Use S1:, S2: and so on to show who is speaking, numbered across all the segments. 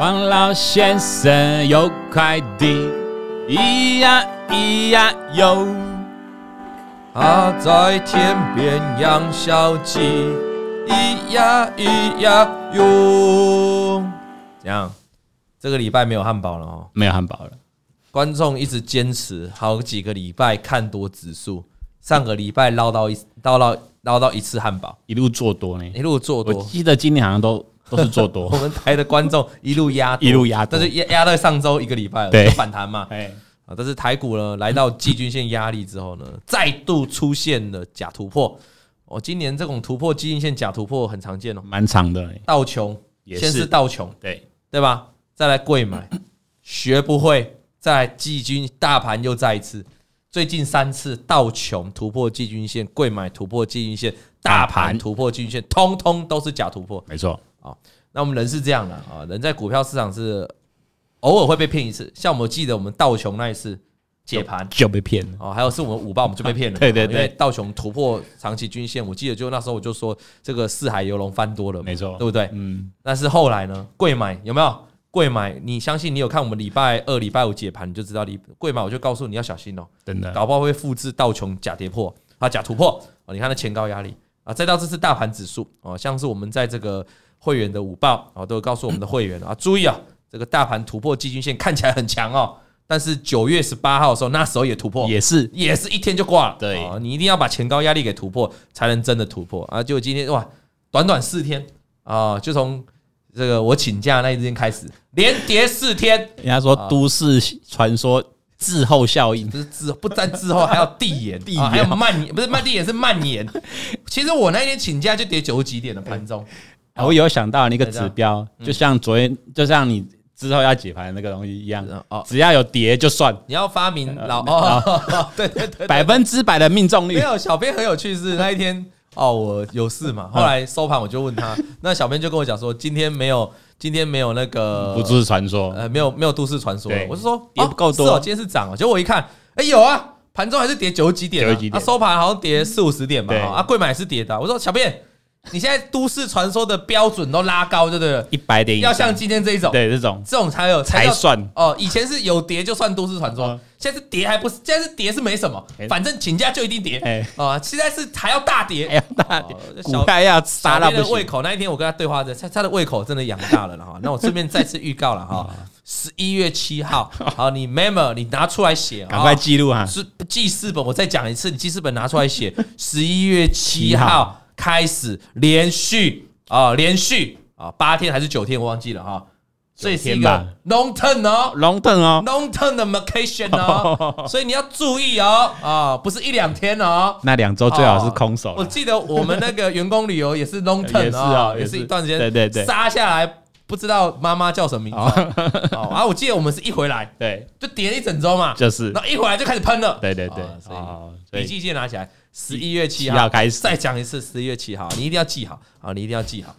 S1: 王老先生有快递，咿呀咿呀哟，
S2: 他在田边养小鸡，咿呀咿呀哟。怎样？这个礼拜没有汉堡了哦。
S1: 没有汉堡了。
S2: 观众一直坚持好几个礼拜看多指数，上个礼拜捞到一捞到捞到一次汉堡，
S1: 一路做多呢
S2: 一。路哎做
S1: 我
S2: 多。
S1: 记得今年好像都都是做
S2: 我
S1: 多，
S2: 们台的观众一路压 多
S1: 一路压多
S2: 但是压压到上周一个礼拜了，
S1: 对
S2: 就反弹嘛。
S1: 哎，
S2: 啊，但是台股呢，来到季均线压力之后呢， 再度出现了假突破。哦，今年这种突破季均线假突破很常见哦，
S1: 蛮长的呢。
S2: 道琼
S1: 也
S2: 先
S1: 是
S2: 是道琼，
S1: 对，
S2: 对吧？再来 贵买，学不会，再来季均大盘又再一次，最近三次道琼突破季均线，贵买突破季均线，
S1: 大
S2: 大
S1: 盘
S2: 盘突破季均线，通通都是假突破。
S1: 没错，
S2: 那我们人是这样的啊，人在股票市场是偶尔会被骗一次，像我们记得我们道琼那一次解盘。
S1: 就被骗了。
S2: 哦，还有是我们五报我们就被骗了，
S1: 对对
S2: 哦因为
S1: 对
S2: 道琼突破长期均线，我记得就那时候我就说这个四海游龙翻多了嘛，
S1: 没错
S2: 对不对？
S1: 嗯，
S2: 但是后来呢，贵买有没有？贵买，你相信你有看我们礼拜二、礼拜五解盘，你就知道你贵买，我就告诉你要小心哦，
S1: 真的
S2: 搞不好会复制道琼假跌破啊、假突破哦。你看那前高压力啊，再到这次大盘指数哦，像是我们在这个会员的午报啊，都有告诉我们的会员啊，注意啊，这个大盘突破季均线看起来很强哦，但是九月十八号的时候，那时候也突破，
S1: 也是
S2: 也是一天就挂了。
S1: 对
S2: 啊你一定要把前高压力给突破，才能真的突破啊！就今天哇，短短四天啊，就从这个我请假那一天开始，连跌四天，
S1: 人家说
S2: 啊
S1: 都市传说滞后效 应，
S2: 不是之不但之后还要递延，
S1: 递延
S2: 啊还有蔓延，不是蔓递延是蔓延。 其实我那一天请假就跌九十几点的盘中，
S1: 我有想到一个指标，
S2: 嗯
S1: 就像昨天，就像你之后要解盘那个东西一样，
S2: 哦，
S1: 只要有跌就算，
S2: 你要发 明老
S1: 啊
S2: 哦， 对对对，
S1: 百分之百的命中
S2: 没
S1: 率。
S2: 有，小编很有趣是那一天哦，我有事嘛，后来收盘我就问他，那小编就跟我讲说，今天没有，今天没有那个
S1: 不是传说，
S2: 呃，没有没有都市传说了
S1: 对，
S2: 我是说
S1: 跌
S2: 哦
S1: 不够多
S2: 是哦，今天是涨哦，结果我一看，哎有啊，盘中还是跌九几点啊，
S1: 90几点
S2: 啊收盘好像跌四五十点吧，
S1: 对
S2: 哦啊贵买也是跌的啊，我说小便，你现在都市传说的标准都拉高，对不对？
S1: 一百点以上
S2: 要哦像今天这一种，
S1: 对这种
S2: 这种才有才
S1: 才
S2: 叫
S1: 算
S2: 哦，以前是有跌就算都市传说
S1: 嗯，
S2: 现在是跌还不是，现在是跌是没什么
S1: 哎，
S2: 反正请假就一定跌
S1: 哎
S2: 啊，现在是还要大跌，
S1: 还要大点
S2: 哦，小
S1: 股票要杀
S2: 小
S1: 到
S2: 编
S1: 不
S2: 的胃
S1: 行。
S2: 口，那一天我跟他对话的，他他的胃口真的养大了了哈。那我顺便再次预告了 哈，十一月七号，好，你 memo 你拿出来写啊，
S1: 赶快记录啊！
S2: 是记事本，我再讲一次，你记事本拿出来 写，十一月七
S1: 7
S2: 号
S1: 号
S2: 开始连续啊、连续啊、八天还是九天，我忘记了哈、这是一
S1: 天
S2: 个
S1: 吧
S2: long term 哦。
S1: 龙腾哦，
S2: Long term 的 vacation 哦，所以你要注意哦，啊、不是一两天哦，
S1: 那两周最好是空手
S2: 哦
S1: 啦
S2: 我记得我们那个员工旅游也是 long term
S1: 也是
S2: 啊
S1: 啊，
S2: 也
S1: 也
S2: 是
S1: 是
S2: 一段时间，
S1: 对对对
S2: 杀下来不知道妈妈叫什么名字啊。哦啊，我记得我们是一回来
S1: 对，
S2: 就跌了一整周嘛，
S1: 就是
S2: 然后一回来就开始喷了。
S1: 对对对
S2: 啊所以
S1: 哦所以
S2: 笔记记得拿起来，十一月七
S1: 7
S2: 号
S1: 号开始
S2: 再讲一次，十一月七号，你一定要记好啊，你一定要记好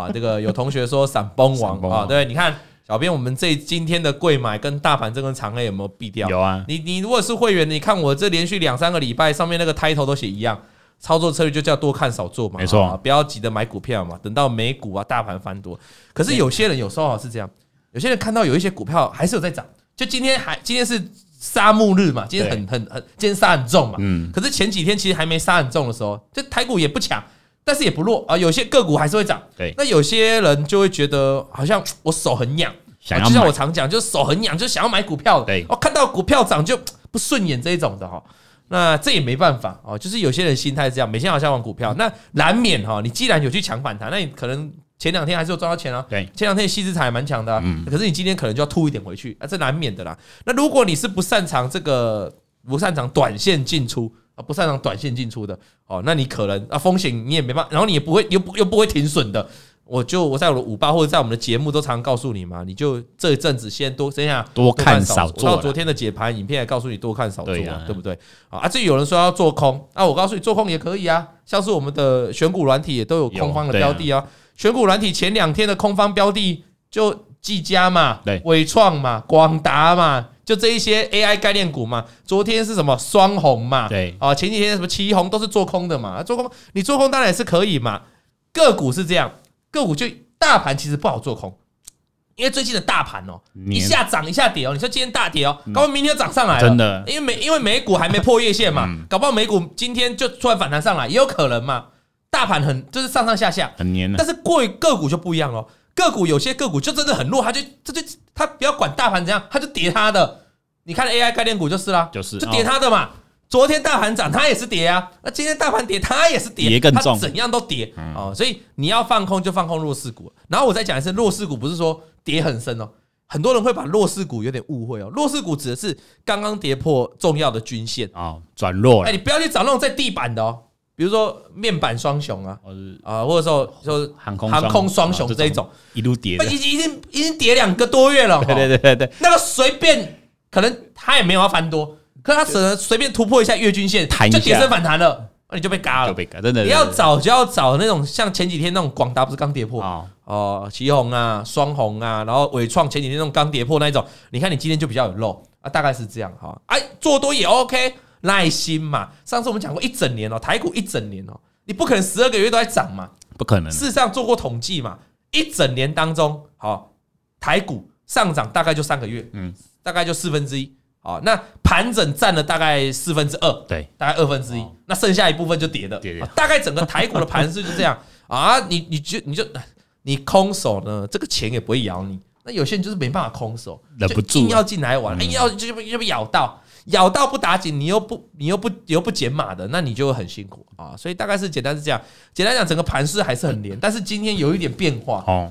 S2: 啊。这个有同学说闪崩王
S1: 闪崩
S2: 啊，
S1: 王
S2: 对，你看。小编，我们这今天的贵买跟大盘这根长 A 有没有避掉？
S1: 有啊，
S2: 你你如果是会员，你看我这连续两三个礼拜上面那个 title 都写一样，操作策略就叫多看少做嘛，
S1: 没错
S2: 啊不要急着买股票嘛，等到美股啊大盘翻多。可是有些人有时候啊是这样，有些人看到有一些股票还是有在涨，就今天还今天是杀木日嘛，今天很很很今天杀很重嘛，
S1: 嗯，
S2: 可是前几天其实还没杀很重的时候，这台股也不强，但是也不弱啊，有些个股还是会涨。
S1: 对，
S2: 那有些人就会觉得好像我手很痒，
S1: 想
S2: 啊
S1: 要
S2: 就像
S1: 买
S2: 我常讲，就手很痒，就想要买股票的。
S1: 对
S2: 哦，看到股票涨就不顺眼这一种的哈、那这也没办法哦，就是有些人心态是这样，每天好像玩股票，那难免哈、你既然有去抢反弹，那你可能前两天还是有赚到钱啊。
S1: 对，
S2: 前两天西之彩还蛮强的、啊，可是你今天可能就要吐一点回去啊，这难免的啦。那如果你是不擅长这个，不擅长短线进出啊，不擅长短线进出的哦，那你可能啊风险你也没办法，然后你也不会又不又不会停损的。我就我在我的五八或者在我们的节目都常告诉你嘛，你就这一阵子先多这样
S1: 多看少
S2: 做。
S1: 做啦
S2: 我到昨天的解盘影片还告诉你多看少做、
S1: 对
S2: 啊
S1: 啊，
S2: 对不对？啊，啊至于有人说要做空，啊，我告诉你做空也可以啊，像是我们的选股软体也都有空方
S1: 有对
S2: 的
S1: 啊
S2: 标的啊，选股软体前两天的空方标的就技嘉嘛，
S1: 对
S2: 伟创嘛，广达嘛，就这一些 AI 概念股嘛。昨天是什么双红嘛，
S1: 对
S2: 啊，前几天什么旗红都是做空的嘛，啊做空你做空当然也是可以嘛。个股是这样，个股就大盘其实不好做空，因为最近的大盘哦，
S1: 黏
S2: 一下涨一下跌哦，你说今天大跌哦，搞不好明天就涨上来了，
S1: 嗯真的嗯
S2: 因为美因为美股还没破月线嘛，搞不好美股今天就突然反弹上来，也有可能嘛。大盘很就是上上下下，
S1: 很黏的
S2: 但，是过于个股就不一样了，个股有些个股就真的很弱，它就这就它不要管大盘怎样，它就跌它的。你看 AI 概念股就是啦，
S1: 就是哦
S2: 就跌它的嘛。昨天大盘涨，它也是跌啊；那今天大盘跌，它也是跌，
S1: 跌更重嗯
S2: 它怎样都跌哦。所以你要放空就放空弱势股。然后我再讲一次，弱势股不是说跌很深哦，很多人会把弱势股有点误会哦。弱势股指的是刚刚跌破重要的均线，
S1: 哦，转弱
S2: 哎，
S1: 了，
S2: 你不要去找那种在地板的哦，比如说面板双雄啊，
S1: 哦是
S2: 啊，或者说说
S1: 哦航空啊哦
S2: 航空双雄这一
S1: 种
S2: 种，
S1: 一路跌
S2: 那
S1: 的，
S2: 已经已经已经跌两个多月了，
S1: 对对，对对对，
S2: 那个随便可能它也没有要翻多，可是它只能随便突破一下月均线，
S1: 弹一
S2: 就
S1: 下
S2: 跌升反弹了，那你就被嘎
S1: 就
S2: 了。
S1: 被啊改，真的
S2: 你哦要找就要找那种像前几天那种广达不是刚跌破
S1: 啊，
S2: 哦，旗宏啊、双红啊，然后伟创前几天那种刚跌破那一种，你看你今天就比较有肉啊，大概是这样哈。哎，做多也 OK，耐心嘛。上次我们讲过一整年哦，台股一整年哦，你不可能十二个月都在涨嘛。
S1: 不可能
S2: 事实上做过统计嘛，一整年当中，好、台股上涨大概就三个月，嗯
S1: 嗯，
S2: 大概就四分之一，好、那盘整占了大概四分之二，
S1: 对，
S2: 大概二分之一
S1: 哦，
S2: 那剩下一部分就跌的，
S1: 跌
S2: 啊大概整个台股的盘势就这样 啊，你你就你就你空手呢，这个钱也不会咬你，那有些人就是没办法空手，
S1: 忍不
S2: 就
S1: 住啊嗯
S2: 硬要进来玩，硬要就被就被咬到。咬到不打紧，你又不你又不你又不减码的，那你就很辛苦啊。所以大概是简单是这样，简单讲，整个盘势还是很 连，但是今天有一点变化。
S1: 哦，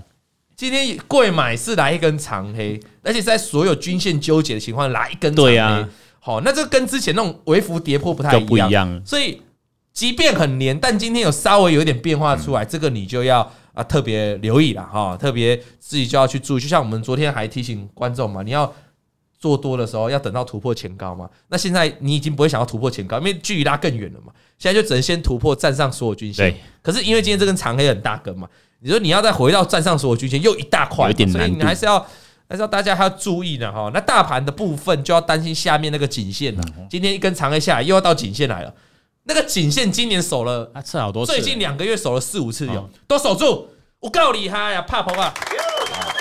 S2: 今天贵买是来一根长黑，而且在所有均线纠结的情况来一根长
S1: 对
S2: 黑。
S1: 啊，
S2: 好，那这跟之前那种微幅跌破不太
S1: 就
S2: 一
S1: 不一
S2: 样。
S1: 样了，
S2: 所以即便很黏，但今天有稍微有一点变化出
S1: 嗯
S2: 来，这个你就要啊特别留意了哈，特别自己就要去注意。就像我们昨天还提醒观众嘛，你要。做多的时候要等到突破前高嘛？那现在你已经不会想要突破前高，因为距离拉更远了嘛。现在就只能先突破站上所有均线
S1: 对。
S2: 可是因为今天这根长黑很大根嘛，你说你要再回到站上所有均线又一大块嘛，
S1: 有点
S2: 所以
S1: 难
S2: 你
S1: 度
S2: 还是要还是要大家还要注意呢哈。那大盘的部分就要担心下面那个颈线了。
S1: 嗯
S2: 今天一根长黑下来，又要到颈线来了。那个颈线今年守了，
S1: 他吃好多次了，
S2: 最近两个月守了四五次有
S1: 哦，
S2: 都守住，我够厉害呀，怕不怕？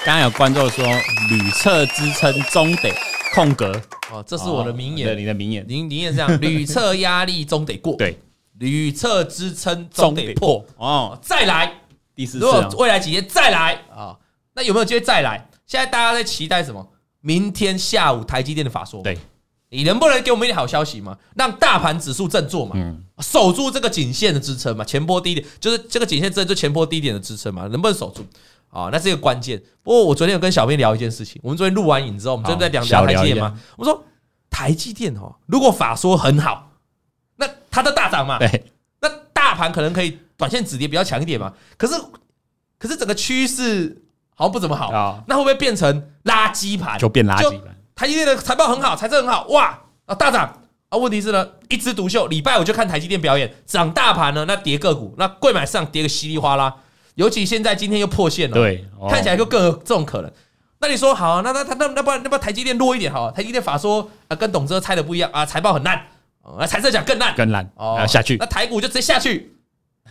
S1: 刚刚有观众说屡测支撑终得空格，
S2: 哦，这是我的名
S1: 对
S2: 言，
S1: 你的名言，
S2: 您您也这 样，屡测压力终得过，，
S1: 对，
S2: 屡测支撑终得破，
S1: 哦，
S2: 再来，
S1: 第四次
S2: 如果
S1: 啊，
S2: 未来几天再来啊，那有没有机会再来？现在大家在期待什么？明天下午台积电的法说，
S1: 对，
S2: 你能不能给我们一点好消息嘛？让大盘指数振作嘛，
S1: 嗯
S2: 守住这个颈线的支撑嘛，前波低点就是这个颈线支撑，就前波低点的支撑嘛，能不能守住？啊，那是一个关键。不过我昨天有跟小编聊一件事情，我们昨天录完影之后，我们就在聊
S1: 小
S2: 聊台
S1: 聊
S2: 积
S1: 一
S2: 电
S1: 下
S2: 嘛。我说台积电哦，如果法说很好，那它的大涨嘛，
S1: 对，
S2: 那大盘可能可以短线止跌比较强一点嘛，可是可是整个趋势好像不怎么好，
S1: 啊
S2: 那会不会变成垃圾盘？
S1: 哦就变垃圾了，
S2: 台积电的财报很好，财政很好，哇啊大涨啊！问题是呢，一枝独秀。礼拜五就看台积电表演，涨大盘呢，那跌个股，那贵买上跌个稀里哗啦。尤其现在今天又破线了，
S1: 对，哦
S2: 看起来就更有这种可能。那你说好啊、那那那那那不然那不然台积电弱一点好啊，台积电法说啊跟董哲猜的不一样啊，财报很烂，哦啊财政奖更烂，
S1: 更烂，
S2: 哦
S1: 然后啊下去
S2: 那，台股就直接下去。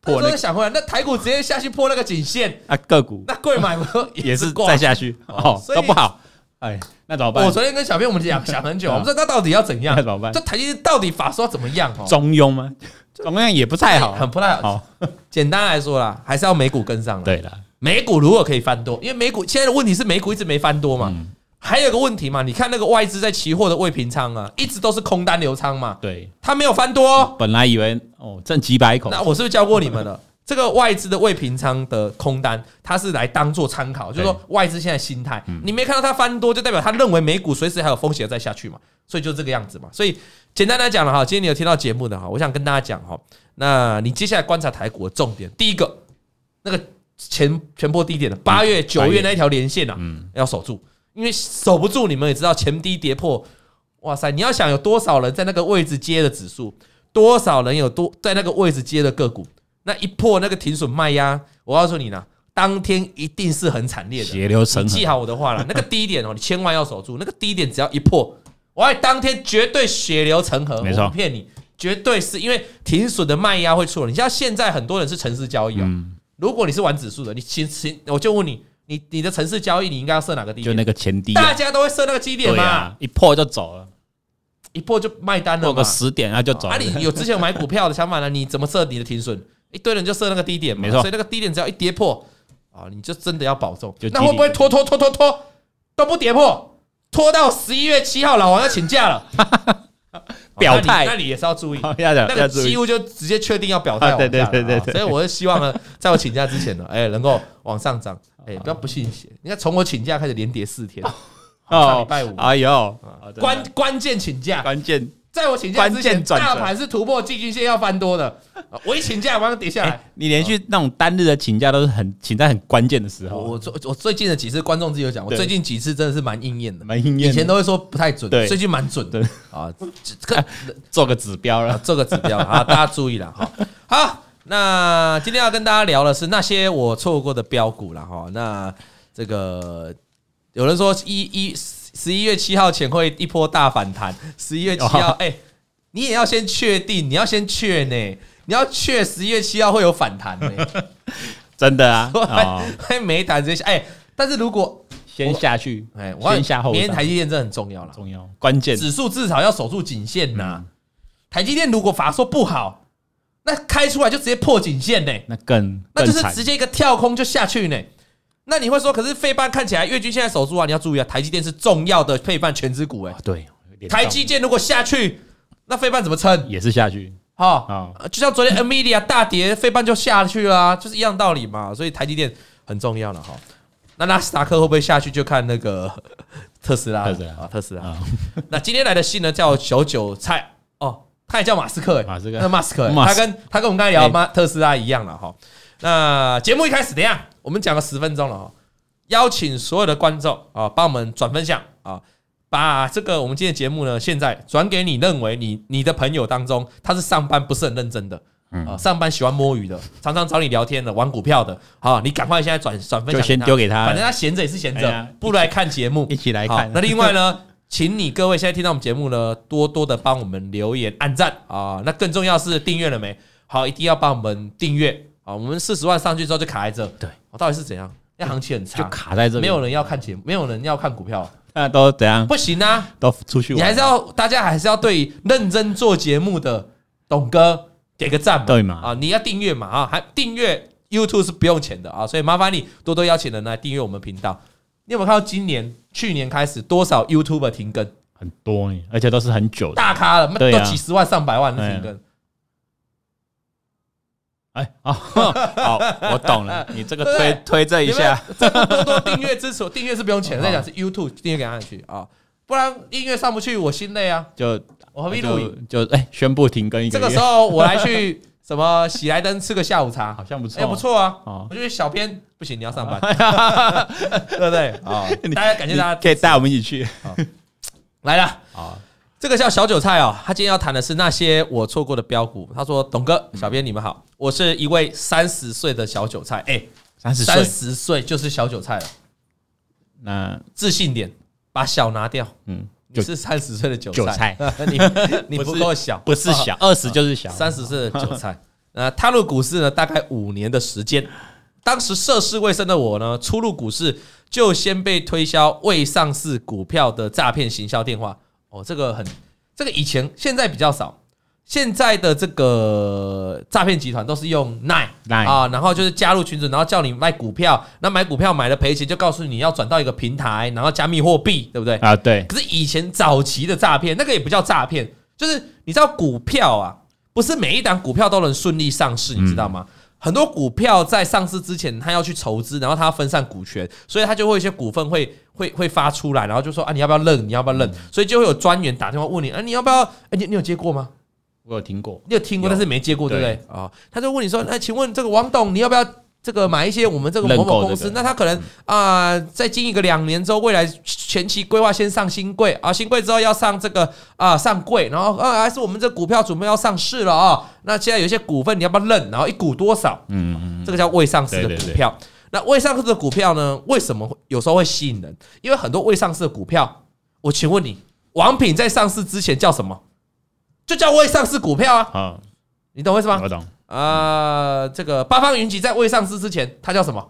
S1: 破那
S2: 破
S1: 个
S2: 那想回来，那台股直接下去破那个颈线，
S1: 啊，个股
S2: 那贵买不
S1: 也是
S2: 挂
S1: 再下去，
S2: 哦
S1: 哦
S2: 所，以
S1: 都不好，哎，那怎么办
S2: 我？昨天跟小编我们讲想很久，我们说那到底要怎 样
S1: 那？怎么办
S2: 这？台积电到底法说怎么样？哦，哎
S1: 中庸吗？中庸也不太好，
S2: 很不太好。
S1: 好，
S2: 简单来说啦，还是要美股跟上了。，
S1: 对了，
S2: 美股如果可以翻多，因为美股现在的问题是美股一直没翻多嘛。
S1: 嗯
S2: 还有个问题嘛，你看那个外资在期货的未平仓啊，一直都是空单流仓嘛，
S1: 对，
S2: 它没有翻多哦。
S1: 本来以为哦挣几百口，
S2: 那我是不是教过你们了？ 这个外资的未平仓的空单，它是来当做参考，就是说外资现在心态，你没看到它翻多，就代表他认为美股随时还有风险再下去嘛，所以就这个样子嘛。所以简单来讲了哈，今天你有听到节目的哈，我想跟大家讲哈，那你接下来观察台股的重点，第一个那个前前波低点的嗯八月、九月那一条连线啊，要守住，因为守不住，你们也知道前低跌破，哇塞，你要想有多少人在那个位置接的指数，多少人有多在那个位置接的个股，那一破那个停损卖压，我告诉你呢，当天一定是很惨烈的。
S1: 血流成
S2: 你
S1: 河
S2: 记，好我的话了，那个低点哦，你千万要守住。那个低点只要一破，我当天绝对血流成河，
S1: 没错
S2: 我不骗你，绝对是因为停损的卖啊
S1: 嗯
S2: 压会出来。你像现在很多人是城市交易哦，如果你是玩指数的，你其实我就问你，你你的城市交易你应该要设哪个低
S1: 就
S2: 点？
S1: 那个前低
S2: 大
S1: 啊，
S2: 家都会设那个基点
S1: 对
S2: 嘛
S1: 啊，，一破就走了，
S2: 一破就卖单了
S1: 破
S2: 嘛
S1: 个。十点他就走
S2: 啊，
S1: 了，
S2: 你有之前有买股票的想法呢？你怎么设你的停损？一堆人就设那个低点嘛，
S1: 没错
S2: 所以那个低点只要一跌破啊，你就真的要保重
S1: 就。
S2: 那
S1: 基
S2: 会
S1: 底
S2: 不会拖拖拖拖拖都不跌破，拖到十一月七号老王要请假了？ 哦
S1: 表
S2: 那
S1: 态
S2: 你那你也是要 注意。
S1: 好 要讲
S2: 那
S1: 要
S2: 个
S1: 注意
S2: 几乎就直接确定要表态往下了、 哦
S1: 啊对对对对对
S2: 所以我是希望呢，在我请假之前呢， 哎、能够往上涨，哎、不要不信邪。你看，从我请假开始连跌 四天，上礼拜五
S1: 哎呦，好哦的
S2: 关关键请假，
S1: 关键
S2: 在我请假
S1: 关
S2: 之前，
S1: 键转折
S2: 大盘是突破季均线要翻多的， 啊我一请假马上跌下来。
S1: 哎你连续那种单日的请假都是很请在很关键的时
S2: 哎我
S1: 候，
S2: 我最我最近的几次观众自己有讲，我
S1: 对
S2: 最近几次真的是蛮应验的，
S1: 蛮应
S2: 以
S1: 验
S2: 前
S1: 的，
S2: 都会说不太准，
S1: 对
S2: 最近蛮准的
S1: 对
S2: 啊。这这个
S1: 做个指标了。
S2: 这个指标啊，大家注意了哈。好，那今天要跟大家聊的是那些我错过的标股了哈。那这个有人说一一十一月七号前会一波大反弹，十一月七
S1: 哦
S2: 号，哎、你也要先确定，你要先确呢，你要确十一月七号会有反弹呢、
S1: 真的 啊，哦
S2: 还还没谈这些，哎、但是如果
S1: 先下去，
S2: 哎，我
S1: 先下后
S2: 明天
S1: 上
S2: 台积电真的很重要了，
S1: 重要关键
S2: 指数至少要守住颈线呐、
S1: 嗯
S2: 台积电如果法说不好，那开出来就直接破颈线呢、
S1: 那更
S2: 那
S1: 更
S2: 就是
S1: 惨
S2: 直接一个跳空就下去呢、那你会说，可是费半看起来月均现在守住啊，你要注意啊，台积电是重要的配半全指股哎、
S1: 啊对，嗯联动
S2: 台积电如果下去，那费半怎么撑？
S1: 也是下去，
S2: 哈、
S1: 啊
S2: 呃就像昨天 NVIDIA 大跌，费半就下去啦、就是一样道理嘛。所以台积电很重要了哈。那纳斯达克会不会下去，就看那个 特斯拉了
S1: 特斯拉
S2: 啊，特斯拉
S1: 啊。
S2: 那今天来的信呢，叫小韭菜哦，他也叫马斯克哎，
S1: 马斯克
S2: 那马斯克欸，
S1: 马
S2: 他
S1: 斯
S2: 跟他跟我们刚才聊
S1: 哎
S2: 马特斯拉一样了哈。那节目一开始怎样？我们讲了十分钟了哈，邀请所有的观众啊，帮我们转分享啊，把这个我们今天的节目呢，现在转给你认为你你的朋友当中，他是上班不是很认真的。
S1: 嗯
S2: 啊，上班喜欢摸鱼的，常常找你聊天的，玩股票的，啊，你赶快现在转转分享，
S1: 就先丢给他
S2: 反正他闲着也是闲
S1: 哎
S2: 着
S1: 呀，
S2: 不如来看节目
S1: 一。起来
S2: 好，
S1: 看。
S2: 那另外呢， 请你各位现在听到我们节目呢，多多的帮我们留言、按赞啊。那更重要是订阅了没？好，一定要帮我们订阅啊。我们四十万上去之后就卡在这，
S1: 对
S2: 哦，到底是怎样？那行情 很
S1: 就
S2: 差，
S1: 卡在这里，
S2: 没有人要看节目，没有人要看股票，
S1: 那都怎样？
S2: 不行啊！
S1: 都出去
S2: 你
S1: 玩，
S2: 还是要大家还是要对认真做节目的董哥给个赞嘛，
S1: 对嘛
S2: 啊，你要订阅嘛啊，还订阅 YouTube 是不用钱的啊，所以麻烦你多多邀请人来订阅我们频道。你有没有看到今年、去年开始多少 YouTuber 停更？
S1: 很多呢，而且都是很久的。
S2: 大咖了，那
S1: 对
S2: 都
S1: 啊
S2: 几十万、上百万的停更。
S1: 哎，好， 好，我懂了，你这个
S2: 对
S1: 推推这一下，
S2: 你们多多订阅支持我， 订阅是不用钱，
S1: 啊好
S2: 再讲是 YouTube 订阅给他按去啊，不然音乐上不去，我心累啊，
S1: 就
S2: 我何必
S1: 就
S2: 录影？
S1: 就哎，宣布停更一
S2: 这
S1: 个
S2: 个时
S1: 月，
S2: 候我来去什么喜来登吃个下 午茶，
S1: 好像不错，
S2: 哎不，错啊，
S1: 哦
S2: 我觉得小编不行，你要 上班，对不对啊？
S1: 你
S2: 大家感谢大
S1: 你
S2: 家
S1: 可以带我们一起去
S2: 来了。
S1: 啊，
S2: 这个叫小韭菜哦，他今天要谈的是那些我错过的标股。他说：“董哥、
S1: 嗯
S2: 小编，你们好，我是一位三十岁的小韭菜。哎，
S1: 三十岁
S2: 三，十岁就是小韭菜了。”
S1: 那
S2: 自信点，把小拿掉。
S1: 嗯，
S2: 你
S1: 就是
S2: 三十岁的韭
S1: 韭
S2: 菜，
S1: 菜
S2: 你
S1: 不
S2: 不
S1: 是
S2: 够小，
S1: 不是小，啊二十就是小，
S2: 三哦十岁的韭菜。 呃，踏入股市呢，大概五年的时间。当时涉世未深的我呢，初入股市就先被推销未上市股票的诈骗行销电话。哦，这个很，这个以前现在比较少。现在的这个诈骗集团都是用 Nine
S1: Line
S2: 啊，然后就是加入群组，然后叫你卖股票，那买股票买了赔钱，就告诉你要转到一个平台，然后加密货币，对不对？
S1: 啊，对，
S2: 可是以前早期的诈骗，那个也不叫诈骗，就是你知道股票啊，不是每一档股票都能顺利上市，你知道吗？很多股票在上市之前，它要去筹资，然后它要分散股权，所以它就会有一些股份会会会发出来，然后就说啊，你要不要认？你要不要认？所以就会有专员打电话问你，啊，你要不要？哎、你你有接过吗？
S1: 我有听过，
S2: 你有听
S1: 有
S2: 过，但是没接过，对
S1: 对
S2: 不对？啊、他就问你说，那、请问这个王董，你要不要这个买一些我们这个某
S1: 认购
S2: 某
S1: 这
S2: 公司？
S1: 个嗯
S2: 那他可能啊、再经营个两年之后，未来前期规划先上新贵啊，新贵之后要上这个啊、上柜，然后啊还是我们这股票准备要上市了啊、那现在有一些股份你要不要认？然后一股多少？
S1: 嗯嗯，
S2: 这个叫未上市的
S1: 对对
S2: 股
S1: 对
S2: 票。那未上市的股票呢，为什么会有时候会吸引人？因为很多未上市的股票，我请问你，王品在上市之前叫什么？就叫未上市股票啊，
S1: 好，
S2: 你懂我意思吗？呃
S1: 我懂，
S2: 啊，这个八方云集在未上市之前，它叫什么？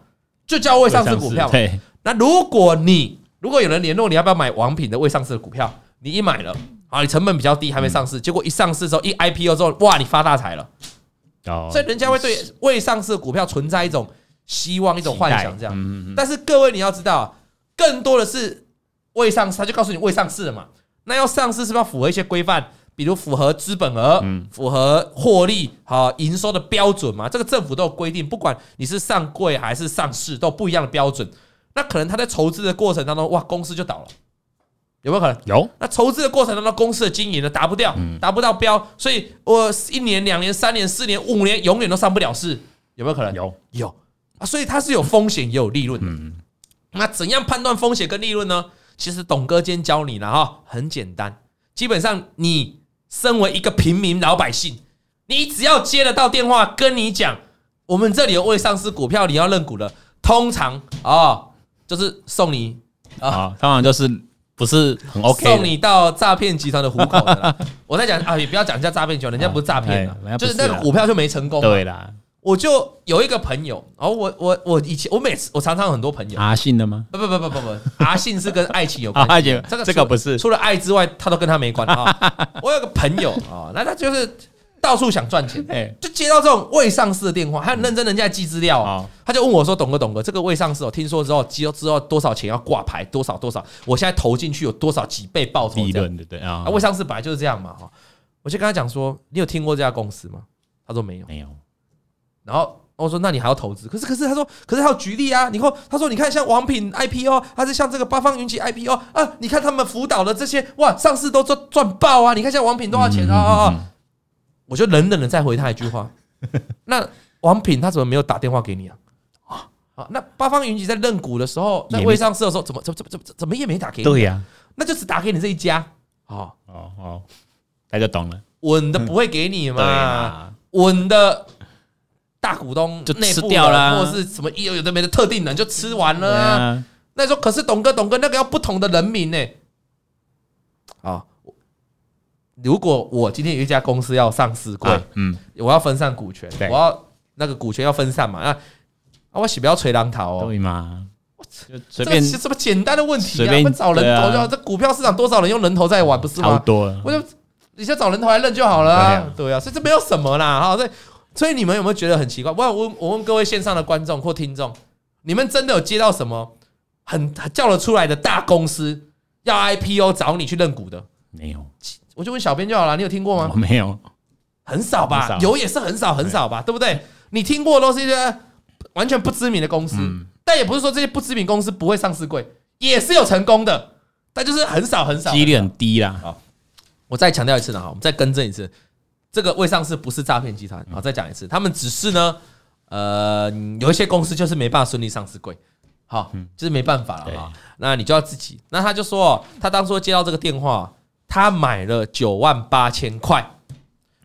S2: 就叫未
S1: 未
S2: 上市股票嘛。
S1: 对，
S2: 那如果你如果有人联络你要不要买王品的未上市的股票，你一买了，啊，你成本比较低，还没上市，结果一上市之后一 IPO 之后，哇，你发大财了。
S1: 哦
S2: 所以人家会对未上市的股票存在一种希望、一种幻想这样。
S1: 样
S2: 但是各位你要知道啊，更多的是未上市，他就告诉你未上市了嘛。那要上市是不是要符合一些规范，比如符合资本额、符合获利、好、营收的标准嘛？这个政府都有规定，不管你是上柜还是上市，都有不一样的标准。那可能他在筹资的过程当中，哇，公司就倒了，有没有可能？
S1: 有
S2: 那筹资的过程当中，公司的经营呢达不掉，达不到标，所以我一年、两年、三年、四年、五年，永远都上不了市，有没有可能？
S1: 有，
S2: 有啊，所以它是有风险也有利润的。
S1: 嗯，
S2: 那怎样判断风险跟利润呢？其实董哥今天教你了哈，很简单，基本上你身为一个平民老百姓，你只要接得到电话跟你讲，我们这里有未上市股票，你要认股的，通常啊、哦就是送你
S1: 啊，当然就是不是很 OK
S2: 送
S1: 的
S2: 你到诈骗集团的虎口 的啦。我在讲啊，也不要讲人家诈骗集团，人家不是诈骗
S1: 哎人家不
S2: 啊，就是是那个股票就没成功。
S1: 对啦，
S2: 我就有一个朋友，然后我我我以前我每次我常常有很多朋友，
S1: 阿信的吗？
S2: 不不不不不 不，阿信是跟爱情 有
S1: 啊
S2: 关，系。
S1: 姐，
S2: 这个
S1: 这个
S2: 除
S1: 不是
S2: 除了爱之外，他都跟他 没关啊。我有个朋友啊，那他就是到处想赚钱，
S1: 哎，
S2: 就接到这种未上市的电话，他很认真人家寄资料啊，
S1: 好，
S2: 他就问我说：“董哥，董哥，这个未上市哦，听说之后，之后之后多少钱要挂牌，多少多少，我现在投进去有多少几倍报酬？”
S1: 利
S2: 这样
S1: 润的对啊
S2: 啊，，未上市本来就是这样嘛哈。我就跟他讲说：“你有听过这家公司吗？”他说没有。
S1: 没有，
S2: 然后我说那你还要投资？可是可是他说，可是他有举例啊，你看他说你看像王品 IPO，还是像这个八方云集 IPO 啊，你看他们辅导的这些哇，上市都赚赚爆啊！你看像王品多少钱啊啊啊！
S1: 嗯嗯嗯
S2: 我就冷冷的再回他一句 话，那王品他怎么没有打电话给你啊？啊，那八方云集在认股的时候，在
S1: 也没
S2: 未上市的时候，怎么怎么怎么怎么怎么也没打给你？
S1: 对呀，
S2: 那就只打给你这一家啊，
S1: 哦哦，大家懂了，
S2: 稳的不会给你
S1: 对
S2: 嘛。
S1: 啊，
S2: 稳的大股东
S1: 就
S2: 内部啊
S1: 吃掉啦
S2: 或者是什么有有的没的特定人就吃完
S1: 对
S2: 了啊、
S1: 啊，
S2: 那说可是董哥，董哥那个要不同的人民呢、啊，我如果我今天有一家公司要上市柜，
S1: 啊嗯，
S2: 我要分散股权，
S1: 对
S2: 我要那个股权要分散嘛，那啊我洗不要吹浪头哦。
S1: 对嘛，就随
S2: 这
S1: 便
S2: 个是这么简单的问题
S1: 随
S2: 啊！
S1: 便
S2: 我们找人头就
S1: 对
S2: 好，
S1: 啊
S2: 这股票市场多少人用人头在玩，不是吗？
S1: 超多了，
S2: 我就你就找人头来认就好了、啊，对啊，所以这没有什么啦，哈，所以所以你们有没有觉得很奇怪？我我问我问各位线上的观众或听众，你们真的有接到什么很很叫得出来的大公司要 IPO 找你去认股的？
S1: 没有，
S2: 我就问小编就好了，你有听过吗
S1: 我？没有，
S2: 很少吧，
S1: 嗯很少
S2: 有也是很少很少吧，对不对？你听过的都是一些呃完全不知名的公司，
S1: 嗯
S2: 但也不是说这些不知名公司不会上市柜，也是有成功的，但就是很少很少，
S1: 几率很低啦，
S2: 我再强调一次呢，哈，我们再更正一次，这个未上市不是诈骗集
S1: 嗯
S2: 团啊，再讲一次，他们只是呢，呃，有一些公司就是没办法顺利上市柜，好，就是没办法了
S1: 嗯对
S2: 哈。那你就要自己，那他就说哦，他当初接到这个电话，他买了九万八千块，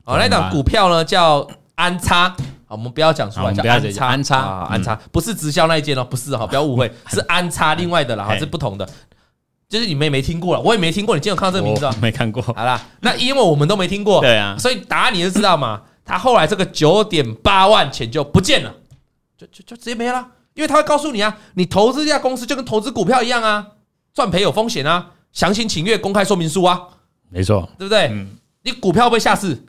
S2: 哦，那档股票呢叫安插。好，我们不要讲出
S1: 好
S2: 来，
S1: 我们
S2: 叫
S1: 不要
S2: 安
S1: 讲
S2: 插，
S1: 安插
S2: 啊
S1: 嗯
S2: 安插不是直销那一间哦，不是哈，不要误 会，是安插另外的啦，哈，
S1: 嘿
S2: 是不同的，就是你们也没听过了，我也没听过，你今天有看到这个名字啊
S1: 我？没看过，
S2: 好啦，那因为我们都没听过，
S1: 对啊，
S2: 所以答案你就知道嘛。他后来这个九点八万钱就不见了，就就就直接没了，因为他会告诉你啊，你投资这家公司就跟投资股票一样啊，赚赔有风险啊，详情请阅公开说明书啊，
S1: 没错，
S2: 对不对？
S1: 嗯
S2: 你股票会不会下市？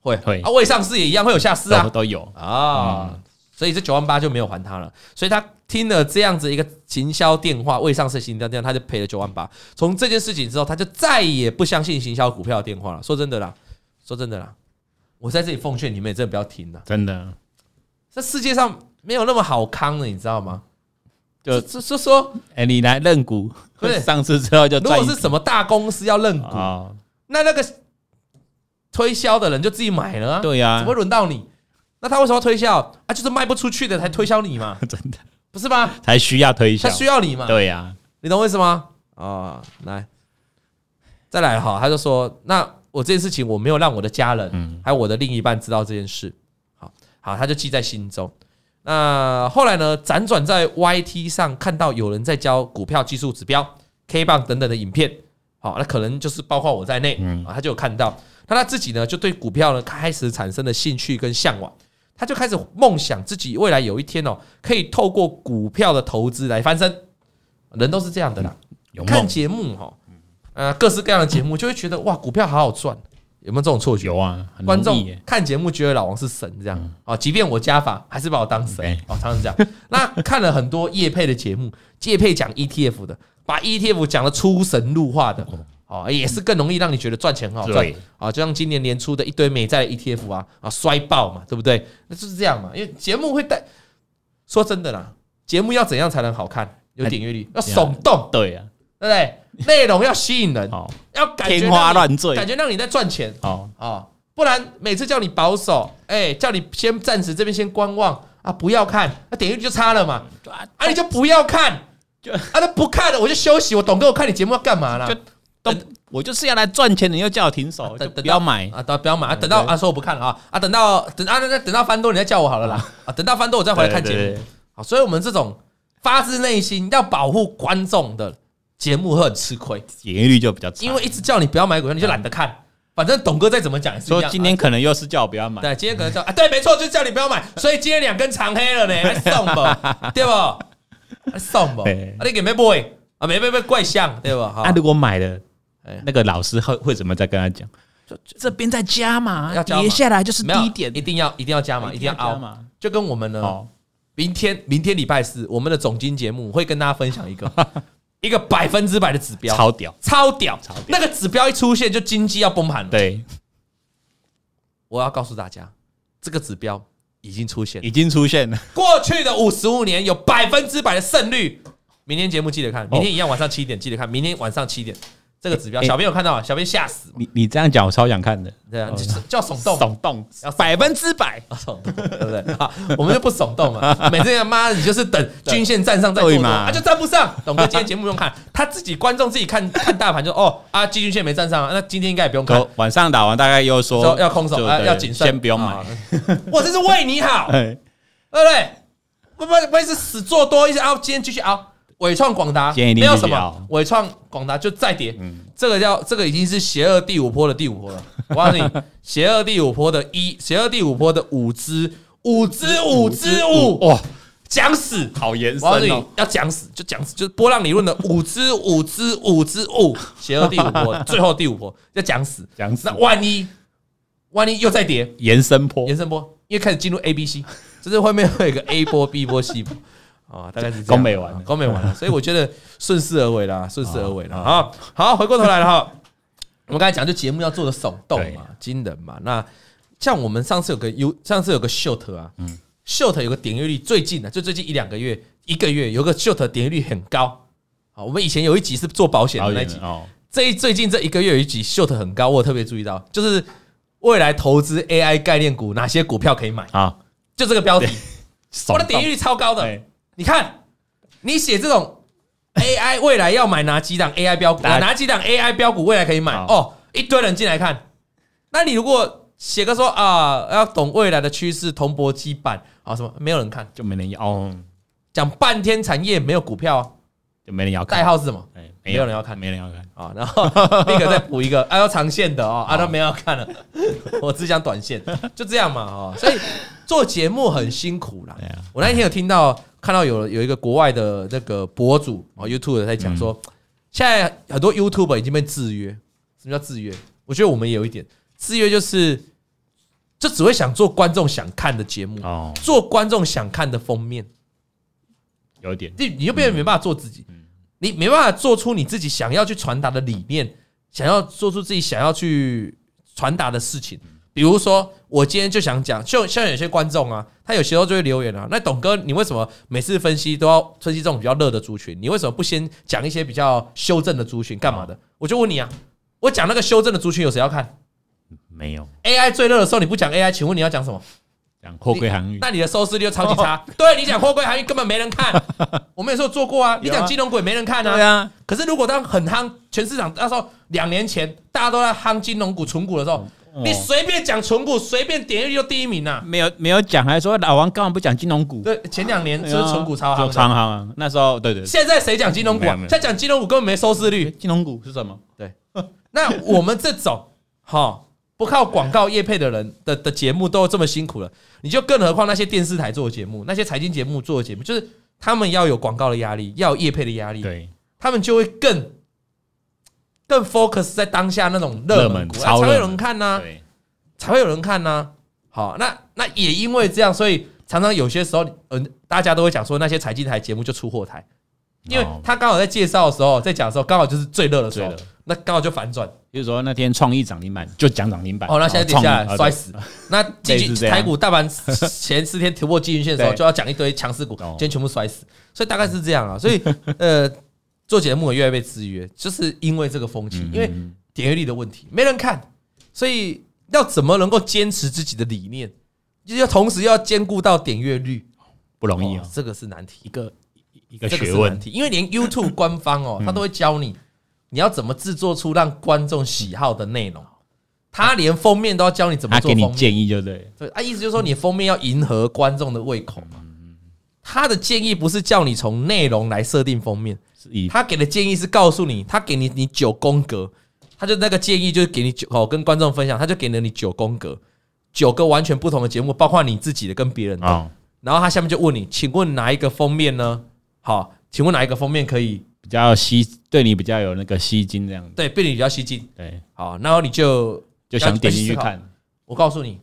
S2: 会
S1: 会
S2: 啊，未上市也一样会有下市啊
S1: 都，都有，
S2: 啊、所以这九万八就没有还他了。所以他听了这样子一个行销电话，未上市行销电话，他就赔了九万八。从这件事情之后，他就再也不相信行销股票的电话了。说真的啦，说真的啦，我在这里奉劝你们，也真的不要听了。
S1: 真的，
S2: 这世界上没有那么好康的，你知道吗？
S1: 就
S2: 就就说，
S1: 哎，你来认 股
S2: 不是，
S1: 上市之后就
S2: 如
S1: 赚
S2: 果
S1: 一
S2: 是什么大公司要认股，
S1: 啊，
S2: 那那个推销的人就自己买了啊，
S1: 对呀
S2: 怎么，会轮到你？那他为什么要推销啊？就是卖不出去的才推销你嘛，
S1: 真的
S2: 不是吗？
S1: 才需要推
S2: 他
S1: 销，
S2: 需要你嘛，
S1: 对哦呀，
S2: 你懂我意思吗？啊、来，再来哈，他就说，那我这件事情我没有让我的家人，
S1: 嗯
S2: 还有我的另一半知道这件事，好好，他就记在心中。那后来呢，辗转在 YT 上看到有人在教股票技术指标、K 棒等等的影片，好，那可能就是包括我在内，
S1: 嗯
S2: 啊，他就有看到，那他自己呢就对股票呢开始产生了兴趣跟向往。他就开始梦想自己未来有一天哦，可以透过股票的投资来翻身。人都是这样的啦，
S1: 有
S2: 看
S1: 梦
S2: 节目哈、呃，各式各样的节目，就会觉得哇，股票好好赚，有没有这种错觉？
S1: 有啊，很
S2: 观
S1: 容易
S2: 众
S1: 耶嗯
S2: 看节目觉得老王是神这样啊，即便我加法，还是把我当神
S1: 对
S2: 哦，常常这样。那看了很多叶配的节目，叶配讲 ETF 的，把 ETF 讲的出神入化的哦，也是更容易让你觉得赚钱很好赚
S1: 对
S2: 啊。就像今年年初的一堆美债的 ETF 啊啊摔爆嘛，对不对？那就是这样嘛，因为节目会带。说真的啦，节目要怎样才能好看？有点阅率，要耸动，
S1: 对啊，
S2: 对不对？内容要吸引人，
S1: 好
S2: 要感觉
S1: 天花
S2: 让你
S1: 乱坠
S2: 感觉让你在赚钱。
S1: 好
S2: 哦，不然每次叫你保守，哎、叫你先暂时这边先观望啊，不要看，那、点进去就差了嘛，啊，你就不要看，
S1: 就
S2: 啊，那不看了我就休息，我懂哥，我看你节目要干嘛啦？
S1: 就都我就是要来赚钱的，你又叫我停手，
S2: 等
S1: 就不要买。
S2: 啊，等不要买，啊等到啊说我不看了啊，啊等到等啊那那等到翻多你再叫我好 了啦，啊等到翻多我再回来看节
S1: 对对
S2: 目
S1: 对，
S2: 好，所以我们这种发自内心要保护观众的节目会很吃亏，
S1: 点阅率就比较差。
S2: 因为一直叫你不要买股票，你就懒得看，反正董哥再怎么讲也是一
S1: 所
S2: 样啊
S1: 以。今天可能又是叫我不要买。
S2: 对，今天可能叫啊，对，没错，就叫你不要买，所以今天两根长 黑了呢，还送不，对不？还送不？
S1: 对
S2: 啊，你给没 boy 啊，没没没怪象，对不？
S1: 啊，
S2: 哈，
S1: 如果买了
S2: 哎，
S1: 那个老师会会怎么再跟他讲？这边再加嘛
S2: 要加码
S1: 来就是
S2: 没有一定要一定要加
S1: 哦
S2: 码，一定要
S1: 加
S2: 凹。
S1: 嘛。
S2: 就跟我们呢，
S1: 哦，
S2: 明天明天礼拜四，我们的总经节目会跟大家分享一 个一个百分之百的指标，
S1: 超屌，
S2: 超屌
S1: 超屌，
S2: 那个指标一出现就经济要崩盘了。
S1: 对，
S2: 我要告诉大家，这个指标已经出现了。
S1: 已经出现了。
S2: 过去的五十五年有百分之百的胜率。明天节目记得
S1: 哦
S2: 看，明天一样晚上七点记得看，明天晚上七点这个指标，
S1: 欸
S2: 小编有看到啊，小编吓死，
S1: 你你这样讲，我超想看的。
S2: 对啊，
S1: 哦
S2: 就是叫耸
S1: 耸
S2: 动，
S1: 动
S2: 要耸动，
S1: 百分之 百，
S2: 啊耸动，对不对？好，我们就不耸动 嘛，每次他妈你就是等均线站上再做
S1: 对
S2: 多，
S1: 嘛
S2: 啊他就站不上。董哥今天节目不用看，他自己观众自己看看大盘就哦啊，季均线没站上啊，那今天应该也不用看
S1: 可，晚上打完大概又说
S2: 说要空手
S1: 就
S2: 啊，
S1: 对
S2: 要谨慎，
S1: 先不用
S2: 啊
S1: 买。。
S2: 我这是为你好，
S1: 哎
S2: 对不对？不不不是死做多，一直凹，今天继续凹。伟创广达
S1: 今天一定
S2: 没有
S1: 继续
S2: 什么
S1: 凹，嗯
S2: 伟创广达就再跌，这个叫这个已经是邪恶第五波的第五波了。我告诉你， 邪恶第五波的一，邪恶第五波的五只，五只五只五，
S1: 哇，
S2: 讲死！
S1: 好延哦
S2: 我告诉你，要讲死就讲死，就是波浪理论的五只五只五只五，邪恶第 五波，最后第五波要讲死。
S1: 讲死
S2: 那万一万一又再跌，
S1: 延伸坡
S2: 延伸波，因为开始进入 A、B、C，就是 后面会有一个 A 波、B 波、C 波。啊，大概是这样
S1: 攻美完了
S2: 啊攻美完了，所以我觉得顺势而为啦，顺势而为啦。好，好，回过头来了哈，我们刚才讲就节目要做的耸动嘛，惊人嘛。那像我们上次有个 U，上次有个 short 啊，嗯，short 有个点阅率，最近啊的、就最近一两个月，一个月有个 short 点阅率很高。好，我们以前有一集是做保险
S1: 导
S2: 的那一
S1: 演
S2: 集，
S1: 哦，
S2: 这一最近这一个月有一集 short 很高，我有特别注意到，就是未来投资 AI 概念股哪些股票可以买，
S1: 好，
S2: 就这个标题，
S1: 耸
S2: 我的点击
S1: 动
S2: 率超高的
S1: 对。
S2: 你看，你写这种 AI 未来要买哪几档 AI 标股，
S1: 大家
S2: 哪几档 AI 标股未来可以买
S1: 好
S2: 哦，一堆人进来看。那你如果写个说啊，要懂未来的趋势，铜箔基板啊什么，没有人看，
S1: 就没人要，哦
S2: 讲半天产业没有股票啊，
S1: 就没人要
S2: 代
S1: 看，
S2: 号是什么？
S1: 哎，
S2: 没有人要看
S1: 没人要看，
S2: 啊，然后那个再补一个，啊，要长线的哦，啊，那没有要看了， 我只想短线，就这样嘛哦，所以做节目很辛苦啦
S1: 对啊。
S2: 我那一天有听到看到有有一个国外的那个博主哦，YouTube 在
S1: 嗯
S2: 讲说，现在很多 YouTube 已经被制约。什么叫制约？我觉得我们也有一点制约，就是就只会想做观众想看的节目，
S1: 哦，
S2: 做观众想看的封面。
S1: 有点
S2: 你你就变得没办法做自己，
S1: 嗯
S2: 你没办法做出你自己想要去传达的理念，想要做出自己想要去传达的事
S1: 嗯
S2: 情。比如说，我今天就想讲，就像有些观众啊，他有时候就会留言啊，那董哥，你为什么每次分析都要分析这种比较热的族群？你为什么不先讲一些比较修正的族群干嘛的？我就问你啊，我讲那个修正的族群有谁要看
S1: 没有
S2: ？AI 最热的时候你不讲 AI，请问你要讲什么？
S1: 讲货柜航运，
S2: 那你的收视率就超级差。
S1: 哦
S2: 对你讲货柜行业根本没 人看，我们有时候做过啊。你
S1: 有
S2: 讲
S1: 啊
S2: 金融股也没人看啊
S1: 对。啊，
S2: 可是如果当很夯，全市场那时候两年前大家都在夯金融股、纯股的时候，
S1: 哦
S2: 你随便讲纯股，随便点击率就第一名呐、
S1: 没有没有讲，还说老王刚刚不讲金融股，
S2: 对，前两年
S1: 对
S2: 就
S1: 啊，
S2: 是纯股超夯
S1: 就长
S2: 的，
S1: 行啊，那时候对对，对
S2: 现在谁讲金融股、
S1: 没
S2: 啊
S1: 有没？有
S2: 现在讲金融股根本没收视率。
S1: 金融股是什么？
S2: 那我们这种，哈，不靠广告业配的人的的节目都这么辛苦了，你就更何况那些电视台做的节目，那些财经节目做的节目，就是他们要有广告的压力，要有业配的压力，
S1: 对，
S2: 他们就会更更 focus 在当下那种热
S1: 热
S2: 门
S1: 门
S2: 股，啊
S1: 超
S2: 才会
S1: 热
S2: 有人看呐、
S1: 对，
S2: 才会有人看呐、好，那那也因为这样，所以常常有些时候，嗯、大家都会讲说那些财经台节目就出货台，因为
S1: 哦
S2: 他刚好在介绍的时候，在讲的时候，刚好就是最热的时候
S1: 最热，
S2: 那刚好就反转。
S1: 比如说那天创意涨停板就讲涨停板，
S2: 哦，那现在跌下
S1: 然后
S2: 来
S1: 创
S2: 摔
S1: 意
S2: 死。那
S1: 类
S2: 基
S1: 似
S2: 金
S1: 这样
S2: 台股大盘前四天突破基均线的时候，
S1: 对
S2: 就要讲一堆强势股，
S1: 哦
S2: 今天全部摔死。所以大概是这样啊。所以呃，做节目也越来越被制约，就是因为这个风气，
S1: 嗯
S2: 因为点阅率的问题，没人看，所以要怎么能够坚持自己的理念，就是要同时要兼顾到点阅率，
S1: 不容易哦，
S2: 这个是难题。
S1: 一个一个
S2: 这个
S1: 学
S2: 是
S1: 问嗯
S2: 问，题，因为连 YouTube 官方哦，他都会教你你要怎么制作出让观众喜好的内容，他连封面都要教你怎么
S1: 他
S2: 做
S1: 给
S2: 封
S1: 你
S2: 面。
S1: 建议就对，
S2: 对，啊，意思就是说你封面要迎合观众的胃口嘛。他的建议不是叫你从内容来设定封面，
S1: 是以
S2: 他给的建议是告诉你，他给你你九宫格，他就那个建议就是给你九哦，跟观众分享，他就给了你九宫格，九个完全不同的节目，包括你自己的跟别人的。
S1: 哦
S2: 然后他下面就问你，请问哪一个封面呢？好，请问哪一个封面可以
S1: 比较吸对你比较有那个吸睛这样子，
S2: 对被你比较吸睛？
S1: 对，
S2: 好，然后你就
S1: 就想点进去看，
S2: 我告诉你，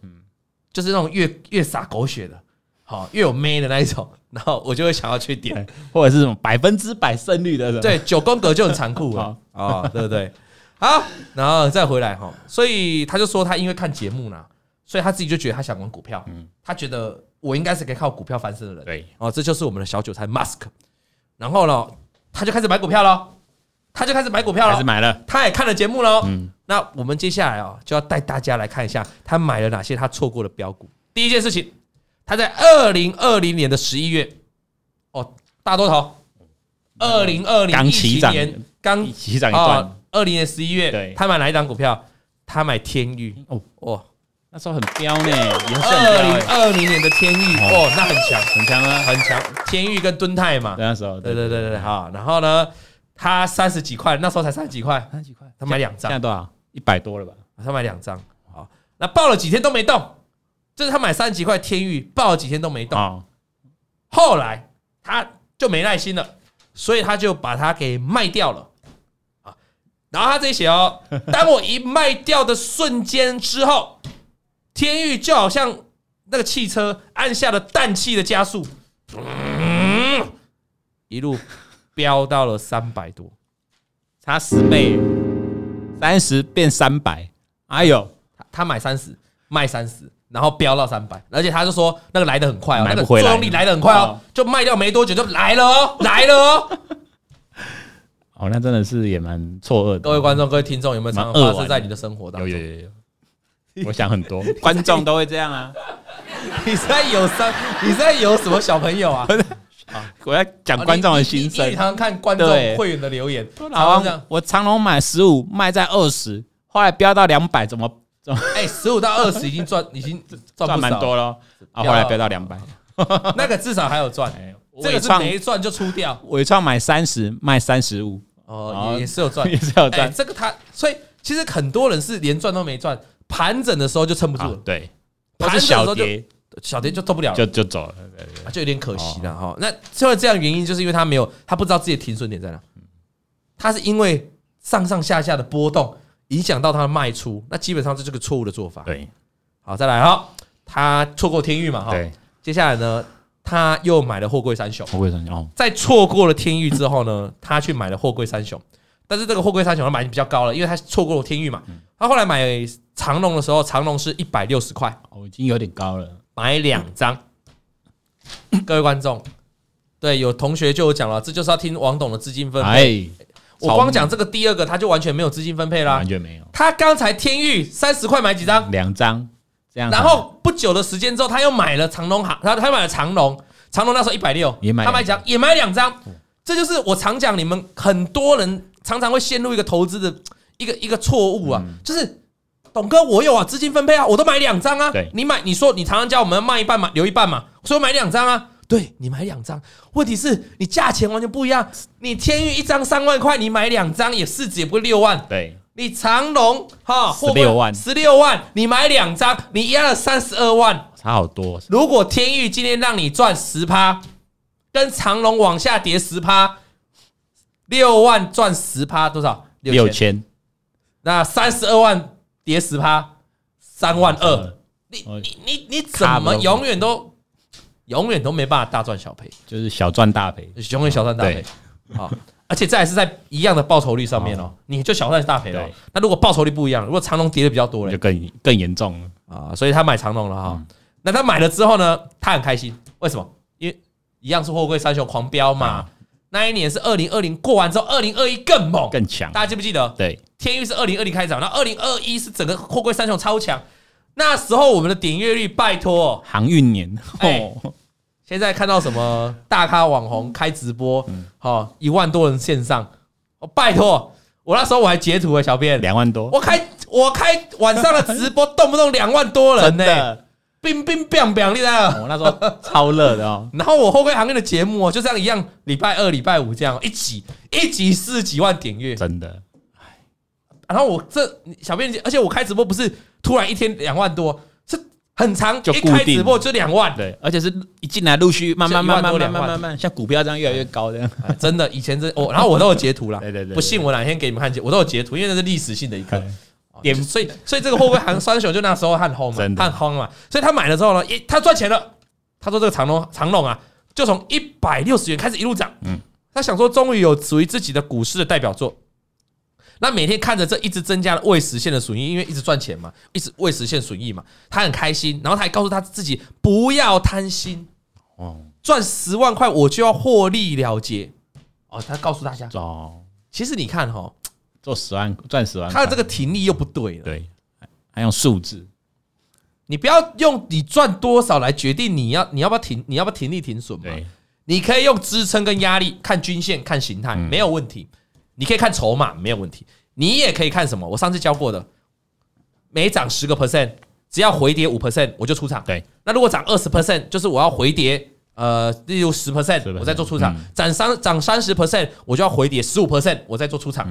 S2: 就是那种越越撒狗血的，好越有妹的那一种，然后我就会想要去点
S1: 对。或者是什么百分之百胜率的，，
S2: 对，九宫格就很残酷了啊、哦，对不对？好，然后再回来哈，所以他就说他因为看节目啦，所以他自己就觉得他想玩股票，他觉得我应该是可以靠股票翻身的人，
S1: 对，
S2: 哦，这就是我们的小韭菜 Musk。然后呢，他就开始买股票了，他就开始买股票
S1: 还
S2: 了哦
S1: 是，买了，
S2: 他也看了节目喽。
S1: 嗯
S2: 那我们接下来哦，就要带大家来看一下他买了哪些他错过的标股。第一件事情，他在二零二零年的十一月，哦，大多头，二零二零
S1: 刚
S2: 疫
S1: 起
S2: 情
S1: 涨
S2: 年刚
S1: 起涨一段
S2: 啊，，二零年十一月
S1: 对，
S2: 他买哪一档股票？他买天域
S1: 哦
S2: 哦，
S1: 那时候很彪呢，也是很
S2: 二
S1: 彪
S2: 零
S1: 欸，
S2: 二零年的天域
S1: 哦
S2: 哦，那很强，
S1: 很强啊，
S2: 很强，天域跟敦泰嘛，
S1: 那时候
S2: 对对对对，好，然后呢，他三十几块，那时候才三十几块，
S1: 啊三十几块，
S2: 他买两
S1: 现，
S2: 张
S1: 在多少？一百多了吧？
S2: 他买两张，好，那报了几天都没动，就是他买三十几块天域，报了几天都没动，
S1: 哦，
S2: 后来他就没耐心了，所以他就把它给卖掉了，啊，然后他这里写哦， 当我一卖掉的瞬间之后，天域就好像那个汽车按下了氮气的加速，嗯一路飙到了三百多，
S1: 差十倍，三十变三百，哎呦，
S2: 他他买三十，卖三十，然后飙到三百，而且他就说那个来的很快哦，
S1: 买
S2: 那
S1: 不
S2: 个作
S1: 回来
S2: 用力来的很快哦
S1: 哦，
S2: 就卖掉没多久就来了哦，来了哦。
S1: 哦，那真的是也蛮错愕
S2: 各位
S1: 的。
S2: 观众、各位听众，有没有常常
S1: 蛮恶
S2: 发
S1: 玩
S2: 生在你的生活当
S1: 有
S2: 中？
S1: 有有有，我想很多观众都会这样啊。
S2: 你在有伤，你在有什么小朋友啊？
S1: 我要讲观众的心
S2: 你你
S1: 声
S2: 你。常常看观众
S1: 对
S2: 会员的留言，
S1: 老
S2: 常常这
S1: 王
S2: 样，，
S1: 我长隆买十五，卖在二十，后来飙到两百，怎么怎么
S2: 哎，十五到二十已经赚，已经赚
S1: 赚
S2: 不
S1: 蛮
S2: 少，
S1: 多了？啊，
S2: 飙到
S1: 后来飙到两百。
S2: 那个至少还有赚，
S1: 哎
S2: 这
S1: 伟
S2: 个是
S1: 创
S2: 没赚就出掉，
S1: 伟创买三十，卖三十五，
S2: 哦，
S1: 好
S2: 也也是有赚，
S1: 也是有
S2: 哎，
S1: 赚。
S2: 这个他，所以其实很多人是连赚都没赚，盘整的时候就撑不住
S1: 啊
S2: 了，
S1: 对，都
S2: 盘整
S1: 是
S2: 的时
S1: 小
S2: 候就
S1: 跌
S2: 小蝶就动不了了，
S1: 就就走了。对对
S2: 啊就有点可惜了哈。那虽然这样的原因，就是因为他没有，他不知道自己的停损点在哪，他是因为上上下下的波动影响到他的卖出，那基本上这是个错误的做法。
S1: 对
S2: 好，再来哈，他错过天域嘛哈，
S1: 对，
S2: 接下来呢，他又买了货柜三雄，
S1: 我会讲哦，
S2: 在错过了天域之后呢，他去买了货柜三雄，但是这个货柜三雄他买的比较高了，因为他错过了天域嘛，
S1: 嗯
S2: 他后来买长隆的时候，长隆是一百六十块。
S1: 哦我已经有点高了。
S2: 买两张。各位观众，对，有同学就有讲了，这就是要听王董的资金分配。
S1: 哎，
S2: 我光讲这个第二个，他就完全没有资金分配啦
S1: 完。全没有，
S2: 他刚才天域三十块买几张，
S1: 两张这样子，
S2: 然后不久的时间之后，他又买了长隆行，他他买了长隆，长隆那时候一百六，
S1: 也买
S2: 他买几
S1: 两
S2: 张，也买两张。这就是我常讲，你们很多人常常会陷入一个投资的一个一个错误啊，
S1: 嗯
S2: 就是董哥我有啊，资金分配啊，我都买两张啊
S1: 对。
S2: 你买，你说你常常叫我们卖一半嘛，留一半嘛，所以我买两张啊。对你买两张，问题是你价钱完全不一样。你天域一张三万块，你买两张也市值也不会六万，
S1: 对
S2: 你长隆哈，
S1: 16万
S2: 十六万，你买两张，你压了三十二万。
S1: 差好多，
S2: 如果天域今天让你赚十趴，跟长隆往下跌十趴，六万赚十趴多少？
S1: 六。千，
S2: 那三十二万跌十趴，三万二。哎你
S1: 哦
S2: 你你你怎么永远都永远都没办法大赚小赔，
S1: 就是小赚大赔。
S2: 永远小赚大赔啊！而且这还是在一样的报酬率上面哦，你就小赚大赔了哦
S1: 对。
S2: 那如果报酬率不一样，如果长隆跌的比较多嘞
S1: 就，更更严重了。
S2: 啊，所以他买长隆了
S1: 嗯
S2: 哈。那他买了之后呢，他很开心，为什么？因为一样是货柜三雄狂飙
S1: 啊
S2: 嘛。那一年是二零二零过完之后，二零二一更猛，
S1: 更强。
S2: 大家记不记得？
S1: 对，
S2: 天域是二零二零开涨，那二零二一是整个货柜三雄超强。那时候我们的点阅率，拜托，
S1: 航运年
S2: 哎
S1: 哦，
S2: 现在看到什么大咖网红开直播，
S1: 嗯
S2: 好、一万多人线上，哦，拜托，我那时候我还截图了，欸小编，
S1: 两万多，
S2: 我开我开晚上的直播，动不动两万多人 欸
S1: 真
S2: 呢、
S1: 的，
S2: 冰冰冰冰，你知道吗？。
S1: 我哦那时候超热的哦
S2: 然后我后柜行业的节目哦，就这样一样，礼拜二、礼拜五这样一集一集四十几万点阅。
S1: 真的，
S2: 然后我这小编，而且我开直播不是突然一天两万多，是很长，
S1: 就
S2: 一
S1: 固定
S2: 开直播就两万。
S1: 对，而且是一进来陆续慢慢
S2: 就一万
S1: 慢
S2: 多
S1: 慢慢
S2: 两万
S1: 慢慢慢，像股票这样越来越高这样。
S2: 哎真的，以前真我，然后我都有截图啦。
S1: 对对对对
S2: 不信我哪天给你们看截，我都有截图，因为那是历史性的一刻。哦
S1: 点
S2: 所以所以这个货柜行三雄就那时候很红嘛，
S1: 真的
S2: 很红嘛，所以他买了之后呢，一他赚钱了。他说这个长隆长隆啊，就从一百六十元开始一路涨。嗯
S1: 嗯，
S2: 他想说终于有属于自己的股市的代表作。那每天看着这一直增加的未实现的损益，因为一直赚钱嘛，一直未实现损益嘛，他很开心。然后他还告诉他自己不要贪心，
S1: 哦
S2: 赚十万块我就要获利了结。哦，他告诉大家，
S1: 做
S2: 其实你看哈、哦，
S1: 做十万赚十万块，
S2: 他的这个停力又不对了。
S1: 对，还用数字，
S2: 你不要用你赚多少来决定你要你要不要停你要不要停利停损嘛？
S1: 对，
S2: 你可以用支撑跟压力看均线看
S1: 嗯
S2: 形态、没有问题，你可以看筹码没有问题，你也可以看什么？我上次教过的，每涨十个 percent，只要回跌五 percent 我就出场。
S1: 对，
S2: 那如果涨二十 percent，就是我要回跌。呃，例如十 percent，嗯
S1: 10%
S2: 我再做出场；涨三涨三十 percent，我就要回跌十五 percent，我再做出场。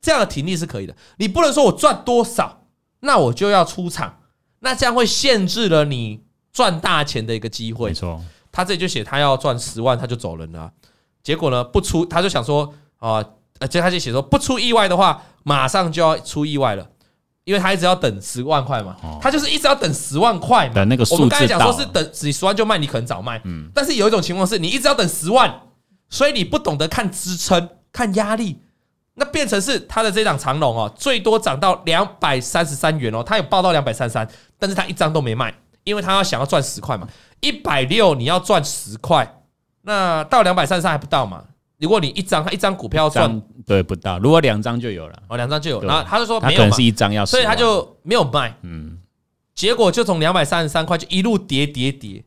S2: 这样的停利是可以的。你不能说我赚多少，那我就要出场，那这样会限制了你赚大钱的一个机会
S1: 没。错，
S2: 他这里就写他要赚十万，他就走人了啊。结果呢，不出他就想说啊，呃，这他就写说不出意外的话，马上就要出意外了，因为他一直要等十万块嘛，
S1: 哦
S2: 他就是一直要等十万块嘛。
S1: 等那个
S2: 我们
S1: 数
S2: 刚才
S1: 字
S2: 讲说
S1: 到嗯
S2: 是，等你十万就卖，你可能早卖，但是有一种情况是你一直要等十万，所以你不懂得看支撑、看压力，那变成是他的这档长龙哦，最多涨到两百三十三元哦，他有报到两百三十三，但是他一张都没卖，因为他要想要赚十块嘛，一百六你要赚十块，那到两百三十三还不到嘛？如果你一张，他一张股票要赚
S1: 张对不到，如果两张就有了，
S2: 哦两张就有，
S1: 对
S2: 然后他就说
S1: 他
S2: 没
S1: 可
S2: 有
S1: 能
S2: 嘛
S1: 是，一张要10万，
S2: 所以他就没有卖，
S1: 嗯，
S2: 结果就从两百三十三块就一路跌跌跌。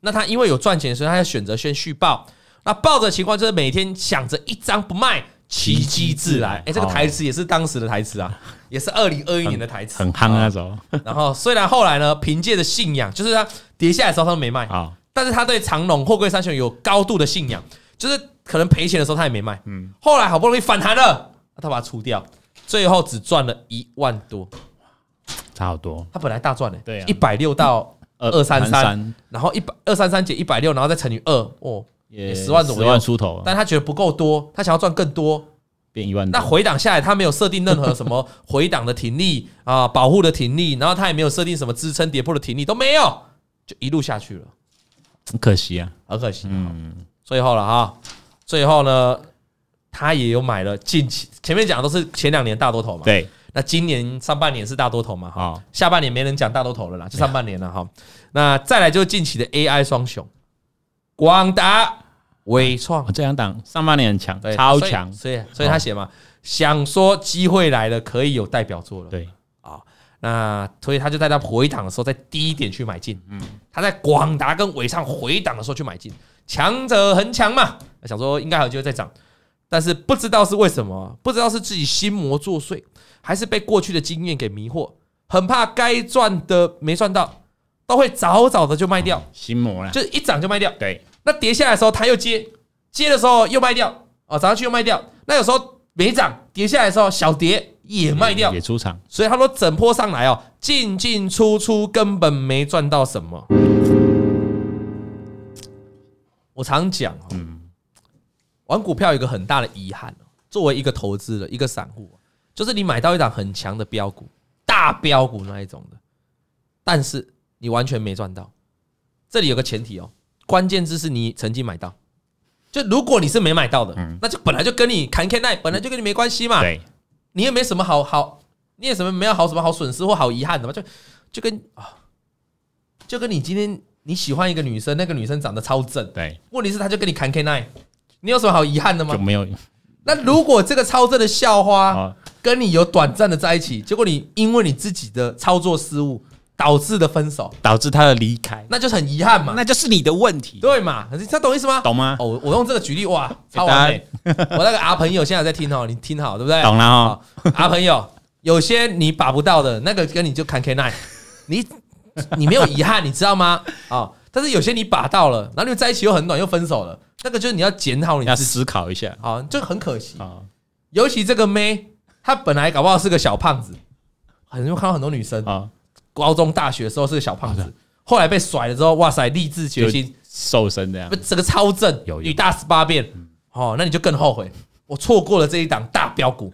S2: 那他因为有赚钱，所以他要选择先续报。那抱着情况就是每天想着一张不卖，奇迹自
S1: 嗯
S2: 来。哎、这个
S1: 哦
S2: 台词也是当时的台词 啊，也是二零二一年的台词，
S1: 很夯那时候，
S2: 然后虽然后来呢，凭借着信仰，就是他跌下来的时候他都没卖，
S1: 好，
S2: 但是他对长隆、货柜三雄有高度的信仰，就是可能赔钱的时候他也没卖。嗯，后来好不容易反弹了，他把它出掉，最后只赚了一万多。
S1: 差好多，
S2: 他本来大赚的、欸
S1: 对啊
S2: 一百六到呃二三三，，然后一百二三三减一百六，然后再乘以二，哦，
S1: 也
S2: 10万左右
S1: 10万出头，
S2: 但他觉得不够多，他想要赚更多。
S1: 变一万
S2: 那
S1: 多，
S2: 回档下来，他没有设定任何什么 回档的停力啊、保护的停力，然后他也没有设定什么支撑跌破的停力，都没有，就一路下去了，
S1: 很可惜啊，
S2: 很可惜。
S1: 嗯，
S2: 最后了哈，最后呢，他也有买了近期前面讲的都是前两年大多头嘛，
S1: 对，
S2: 那今年上半年是大多头嘛哈，
S1: 好，
S2: 下半年没人讲大多头了
S1: 哎
S2: 啦，就上半年了哈。那再来就是近期的 AI 双雄，广达、伟创
S1: 哦，这两档上半年很强
S2: 对，
S1: 超强，哦
S2: 所以所以所以他写嘛，想说机会来了，可以有代表作了。
S1: 对，
S2: 那所以他就在他回档的时候，在低点去买进。嗯，他在广达跟伟创回档的时候去买进，强者恒强嘛，想说应该还有机会再涨，但是不知道是为什么，不知道是自己心魔作祟，还是被过去的经验给迷惑，很怕该赚的没赚到，都会早早的就卖掉，
S1: 心魔啦，
S2: 就是一涨就卖掉。
S1: 嗯对，
S2: 那跌下来的时候他又接，接的时候又卖掉，哦，涨上去又卖掉。那有时候没涨，跌下来的时候小跌也卖掉
S1: 也，出场，
S2: 所以他说整波上来哦，进进出出根本没赚到什么。我常讲哦，玩股票有一个很大的遗憾哦，作为一个投资人，一个散户哦，就是你买到一档很强的标股，大标股那一种的，但是你完全没赚到。这里有个前提哦，关键字是你曾经买到。就如果你是没买到的，那就本来就跟你砍 K 奈，本来就跟你没关系嘛。
S1: 对，
S2: 你也没什么好好，你也什么没有好什么好损失或好遗憾的嘛，就就跟啊，就跟你今天你喜欢一个女生，那个女生长得超正，
S1: 对，
S2: 问题是她就跟你砍 K nine，你有什么好遗憾的
S1: 就
S2: 吗？
S1: 没有
S2: 那如果这个超正的校花
S1: 啊，
S2: 跟你有短暂的在一起，结果你因为你自己的操作失误导致的分手，
S1: 导致他的离开，
S2: 那就是很遗憾嘛，
S1: 那就是你的问题，
S2: 对嘛？你这懂意思吗？
S1: 啊懂哎吗？
S2: 哦，我我用这个举例哇，超完美！我那个阿朋友现在在听哦，你听好，对不对？啊
S1: 懂了哦
S2: 好阿朋友，有些你把不到的那个，跟你就砍 K nine，你你没有遗憾，你知道吗？哦，但是有些你把到了，然后你们在一起又很短，又分手了，那个就是你要检讨你
S1: 要
S2: 自己，
S1: 思考一下
S2: 好，就很可惜。
S1: 啊，
S2: 尤其这个妹，她本来搞不好是个小胖子，很多看到很多女生，
S1: 啊，
S2: 高中、大学的时候是个小胖子，后来被甩了之后，哇塞，励志决心，
S1: 瘦身这样
S2: 不，，整个超正，
S1: 有有嗯
S2: 女大十八变，哦，那你就更后悔，我错过了这一档大标股。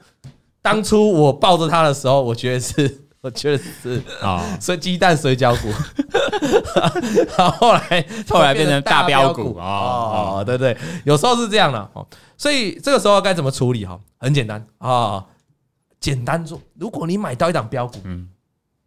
S2: 当初我抱着它的时候，我觉得是， 我觉得是
S1: 啊，
S2: 所以鸡蛋水饺股，然后后来
S1: 后来变成大标股
S2: 变成大
S1: 哦
S2: 哦，对对，有时候是这样的哦，所以这个时候该怎么处理哈？很简单啊、简单做。如果你买到一档标股，
S1: 嗯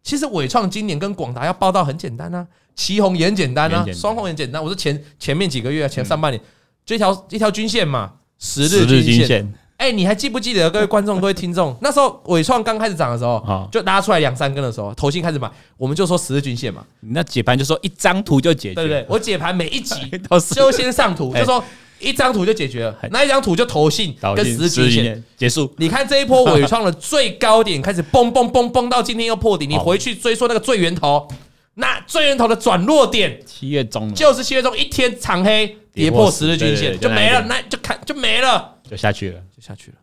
S2: 其实伟创今年跟广达要报道很简单啊，旗红也很简单
S1: 也
S2: 啊
S1: 很，简单
S2: 双红也很简单。我是前前面几个月啊前上半年这条一条均线嘛，十
S1: 十
S2: 日
S1: 日均
S2: 均线。
S1: 线
S2: 哎、你还记不记得各位观众、各位听众，那时候伟创刚开始涨的时候，
S1: 啊，
S2: 就拉出来两三根的时候，投信开始买，我们就说十日均线嘛，
S1: 你那解盘就说一张图就解决，哎
S2: 对不对？我解盘每一集
S1: 都是
S2: 就先上图，
S1: 哎
S2: 就说一张图就解决了，那一张图就投信
S1: 导
S2: 跟
S1: 进
S2: 十日均线。
S1: 线结束，
S2: 你看这一波伟创的最高点开始蹦蹦蹦蹦到今天又破底，你
S1: 哦
S2: 回去追溯那个最源头，那最源头的转弱点
S1: 七月中了
S2: 就是七月中一天长黑跌破十日均
S1: 跌
S2: 线
S1: 破
S2: 就
S1: 十对
S2: 没了，
S1: 对对
S2: 那就看就没了。
S1: 就下去了，
S2: 就下去了。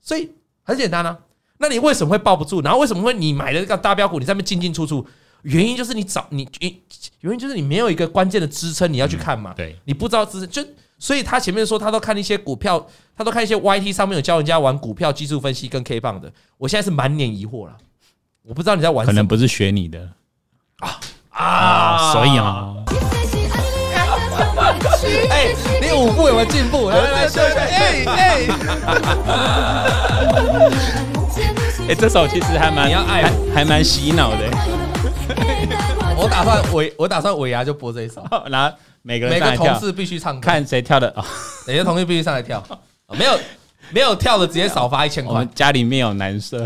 S2: 所以很简单啊，那你为什么会抱不住？然后为什么会你买的这个大标股，你在那边进进出出？原因就是你找你你原因就是你没有一个关键的支撑，你要去看嘛，
S1: 嗯对，
S2: 你不知道支撑就。所以他前面说他都看一些股票，他都看一些 YT 上面有教人家玩股票技术分析跟 K 棒的。我现在是满脸疑惑了，我不知道你在玩
S1: 可
S2: 什么
S1: 能不是学你的
S2: 啊
S1: 啊，所以，啊，
S2: 哎、你舞步有没有进步？来来来，秀一下，哎哎、
S1: 哎，这首其实 还蛮
S2: 你要爱我
S1: 还还蛮洗脑的，
S2: 我打算尾我打算尾牙就播这一首，
S1: 然后每个人
S2: 每
S1: 上
S2: 个
S1: 来
S2: 同
S1: 跳，
S2: 事必须唱歌。
S1: 看谁跳的啊，
S2: 哪些同学必须上来跳？啊没有没有跳的直接少罚一千
S1: 我
S2: 块
S1: 们。家里面有男生，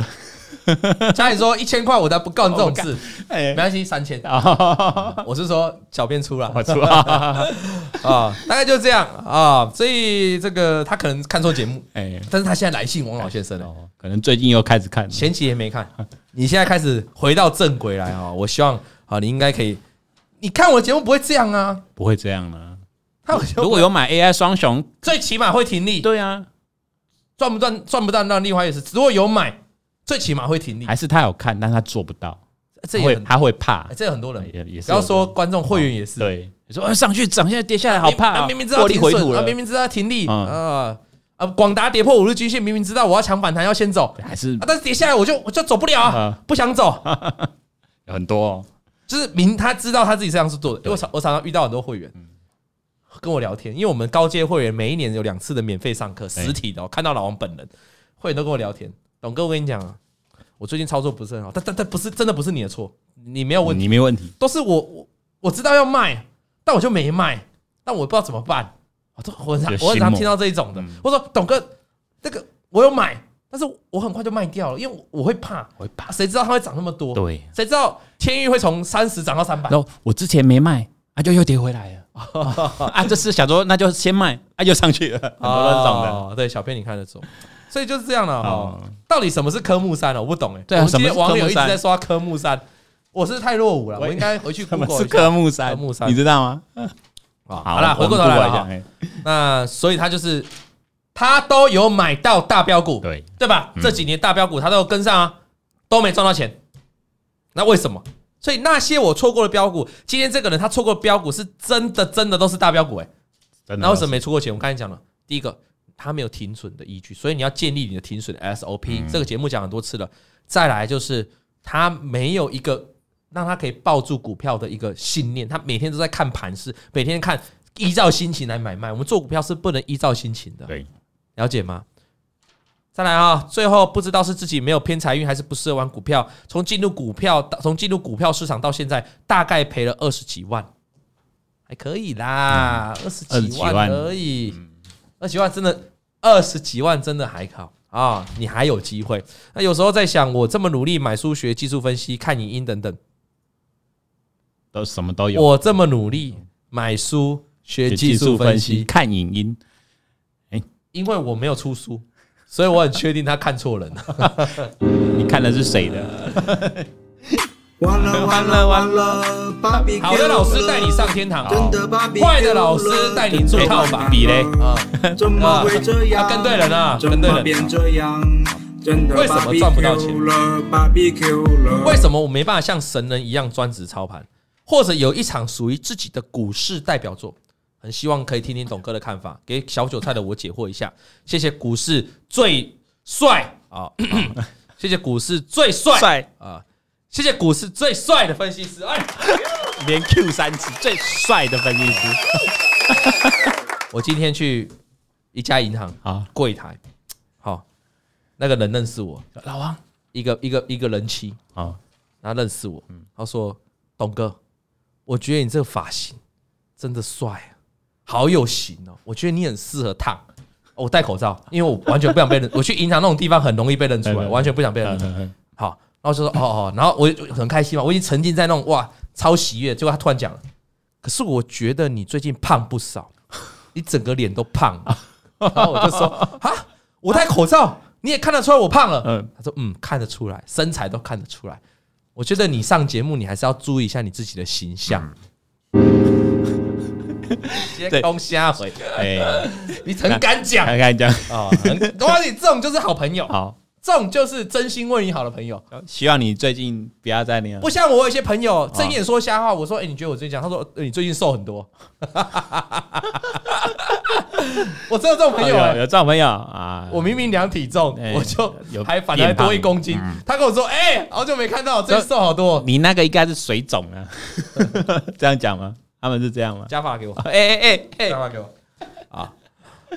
S2: 家里说一千块我才不干这种事，
S1: 哎
S2: 没，关系，三千。
S1: 啊，
S2: 我是说小便出来
S1: 我 出啊，
S2: 啊，大概就这样啊。所以这个他可能看错节目，
S1: 哎，
S2: 但是他现在来信王老先生了，
S1: 哦，可能最近又开始看了，
S2: 前期也没看，你现在开始回到正轨来啊。我希望啊，你应该可以，你看我的节目不会这样啊。
S1: 不会这样了。
S2: 看我的节目
S1: 如果有买 AI 双雄，
S2: 最起码会停利，
S1: 对啊，
S2: 赚不赚赚不赚到另外一回事。如果有买，最起码会停利，
S1: 还是他有看，但他做不到，他
S2: 这也
S1: 会
S2: 很
S1: 他会怕
S2: 哎，这也很多人
S1: 也也是
S2: 不要说观众会员也是，
S1: 对。你说呃上去涨，现在跌下来，好怕
S2: 啊
S1: 哦，
S2: 明明知道
S1: 获利
S2: 停
S1: 回吐
S2: 损，啊
S1: 了，
S2: 明明知道停利
S1: 嗯
S2: 啊啊！广达跌破五日均线，明明知道我要抢反弹要先走，
S1: 还是
S2: 啊，但是跌下来我就我就走不了啊
S1: 嗯，
S2: 不想走，
S1: 有很多哦。
S2: 就是明他知道他自己这样是做的。因为我常我常常遇到很多会员
S1: 嗯
S2: 跟我聊天，因为我们高阶会员每一年有两次的免费上课，
S1: 哎
S2: 实体的哦，看到老王本人，会员都跟我聊天。董哥，我跟你讲啊，我最近操作不是很好，但但但不是真的不是你的错，你没有问题。
S1: 你没问题，
S2: 都是我我我知道要卖，但我就没卖，但我不知道怎么办。我都我很常
S1: 有心
S2: 我很常
S1: 魔
S2: 听到这一种的
S1: 嗯，
S2: 我说董哥，这个我有买，但是我很快就卖掉了，因为我我会怕，
S1: 我会怕。
S2: 谁知道它会涨那么多？
S1: 对，
S2: 谁知道天域会从三十涨到三百？
S1: 然后我之前没卖，啊，就又跌回来了。 啊，这次想说那就先卖，啊，又上去 了，很多人涨的。
S2: 哦，对，小编你看得懂，所以就是这样了哦
S1: 哦。
S2: 到底什么是科目三呢？我不懂哎。
S1: 对啊
S2: 我们今
S1: 什么
S2: 天
S1: 是科目
S2: 网友一直
S1: 三
S2: 在刷科目三，我是太落伍了，
S1: 我
S2: 我应该 回去
S1: 什么
S2: Google
S1: 是
S2: 一下。
S1: 科目三？
S2: 科目三
S1: 你知道吗？
S2: 好好啦，
S1: 我们
S2: 回过头来
S1: Google
S2: 了
S1: 一下
S2: 哈。
S1: 哎
S2: 那所以他就是他都有买到大标股，
S3: 对，
S2: 对吧？这几年大标股他都有跟上啊，都没赚到钱。那为什么？所以那些我错过的标股，今天这个人他错过的标股是真的，真的都是大标股哎、
S3: 真的
S2: 那为什么没出过钱？我刚才讲了，第一个他没有停损的依据，所以你要建立你的停损 SOP、这个节目讲很多次了。再来就是他没有一个让他可以抱住股票的一个信念，他每天都在看盘势，每天看依照心情来买卖。我们做股票是不能依照心情的，
S3: 对，
S2: 了解吗？再来啊、最后不知道是自己没有偏财运，还是不适合玩股票。从进入股票，到从进入股票市场到现在，大概赔了二十几万，还可以啦，二十、几
S3: 20几万
S2: 万而已，嗯二十几万真嗯的，二十几万真的还好啊、你还有机会。那有时候在想，我这么努力买数学、技术分析、看影音等等，
S3: 都什么都有，
S2: 我这么努力买书学技术分析，
S3: 看影音，
S2: 因为我没有出书，所以我很确定他看错人了。
S3: 你看的是谁的？
S4: 完了完了完了，芭比 Q
S2: 好的老师带你上天堂，
S4: 真的芭比 Q 了
S2: 坏的老师带你做套法
S3: 比嘞
S2: 啊，
S4: 怎么会这样？
S2: 啊跟对人啊
S4: 怎
S2: 跟对人
S4: 么变这样？真的
S2: 为什么赚不到钱
S4: barbecue 了？芭比 Q 了，
S2: 为什么我没办法像神人一样专职操盘，或者有一场属于自己的股市代表作？很希望可以听听董哥的看法，给小韭菜的我解惑一下。谢谢股市最帅啊， 谢谢股市最帅
S1: 帅
S2: 啊，谢谢股市最帅的分析师。哎，
S3: 连 Q 三次最帅的分析师，
S2: 我今天去一家银行
S3: 好，
S2: 柜台，好，那个人认识我，
S1: 老王，
S2: 一个一个一个人妻，
S3: 好，
S2: 他认识我，
S3: 嗯
S2: 他说：“董哥，我觉得你这个发型真的帅、啊，好有型哦，我觉得你很适合烫。哦我戴口罩，因为我完全不想被认，我去银行那种地方很容易被认出
S3: 对
S2: 来，
S3: 对对
S2: 完全不想被认出来。好，然后就说哦哦，然后我就很开心嘛，我已经沉浸在那种哇超喜悦，结果他突然讲了，可是我觉得你最近胖不少，你整个脸都胖了。 然后我就说啊，我戴口罩你也看得出来我胖了。
S3: 嗯
S2: 他说嗯，看得出来，身材都看得出来。我觉得你上节目你还是要注意一下你自己的形象。
S3: 嗯
S2: 直接空瞎回，
S3: 哎，
S2: 你很敢讲
S3: 看看这样，
S2: 啊！很哇，你这种就是好朋友，
S3: 哎好，嗯
S2: 这种就是真心为你好的朋友。
S3: 希望你最近不要再那样
S2: 不，像我有一些朋友
S3: 啊
S2: 睁眼说瞎话，我说：“哎、你觉得我最近讲？”他说：“呃你最近瘦很多。” 我真的这种朋友、
S3: 有
S2: 哎，
S3: 有这种朋友啊，
S2: 我明明量体重，
S3: 哎
S2: 我就
S3: 有
S2: 还反而还
S3: 变胖
S2: 多一公斤。他跟我说：“哎、好久没看到，最近瘦好多。
S3: 你那个应该是水肿啊， 这样讲吗？他们是这样吗”？
S2: 加法给我，
S3: 哎哎哎哎，
S2: 加法给我啊！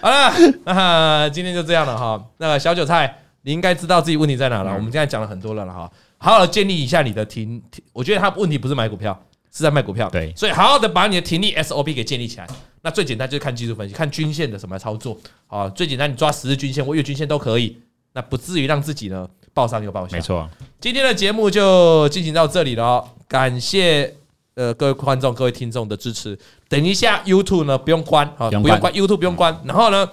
S2: 好了， 那今天就这样了哈。那个小韭菜，你应该知道自己问题在哪了。我们现在讲了很多了了哈，好好的建立一下你的停。停我觉得他问题不是买股票，是在卖股票。
S3: 对
S2: 所以好好的把你的停利 SOP 给建立起来。那最简单就是看技术分析，看均线的什么操作啊，最简单你抓十日均线或月均线都可以，那不至于让自己呢爆上又爆下。
S3: 没，错，
S2: 今天的节目就进行到这里了哦，感谢。呃，各位观众、各位听众的支持，等一下 YouTube 呢不用关啊，
S3: 不用
S2: 不
S3: 关
S2: 用关 YouTube 不用关。然后呢，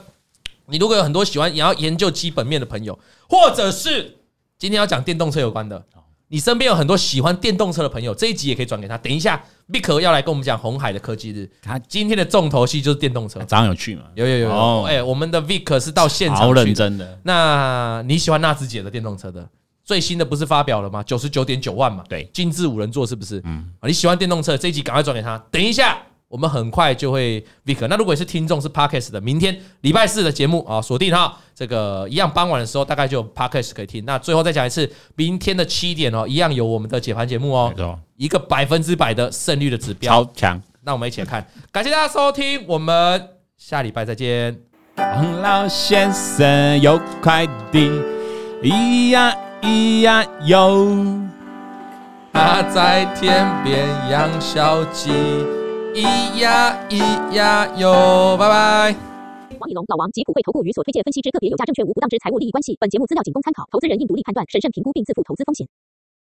S2: 你如果有很多喜欢也要研究基本面的朋友，或者是今天要讲电动车有关的，你身边有很多喜欢电动车的朋友，这一集也可以转给他。等一下，Mick 要来跟我们讲红海的科技日，
S3: 他
S2: 今天的重头戏就是电动 车。
S3: 早上有去嘛？
S2: 有有有有，哎、
S3: 哦
S2: 我们的 Vic 是到现
S3: 好
S2: 场去
S3: 认
S2: 的。
S3: 真的，
S2: 那你喜欢纳智捷的电动车的？最新的不是发表了吗？九十九点九万嘛，
S3: 对
S2: 精致五人座是不是？
S3: 嗯
S2: 啊，你喜欢电动车，这一集赶快转给他。等一下，我们很快就会 Vic。那如果是听众是 Parkes 的，明天礼拜四的节目啊，锁定哈，这个一样傍晚的时候大概就有 Parkes 可以听。那最后再讲一次，明天的七点哦，一样有我们的解盘节目哦
S3: 没，错，
S2: 一个百分之百的胜率的指标。
S3: 超强。
S2: 那我们一起来看，感谢大家收听，我们下礼拜再见。
S3: 王老先生有快递，咿呀咿呀哟，
S2: 他在天边养小鸡，咿呀咿呀哟，拜拜。
S5: 王以龙、老王及普惠投顾与所推荐分析之个别有价证券无不当之财务利益关系。本节目资料仅供参考，投资人应独立判断、审慎评估并自负投资风险。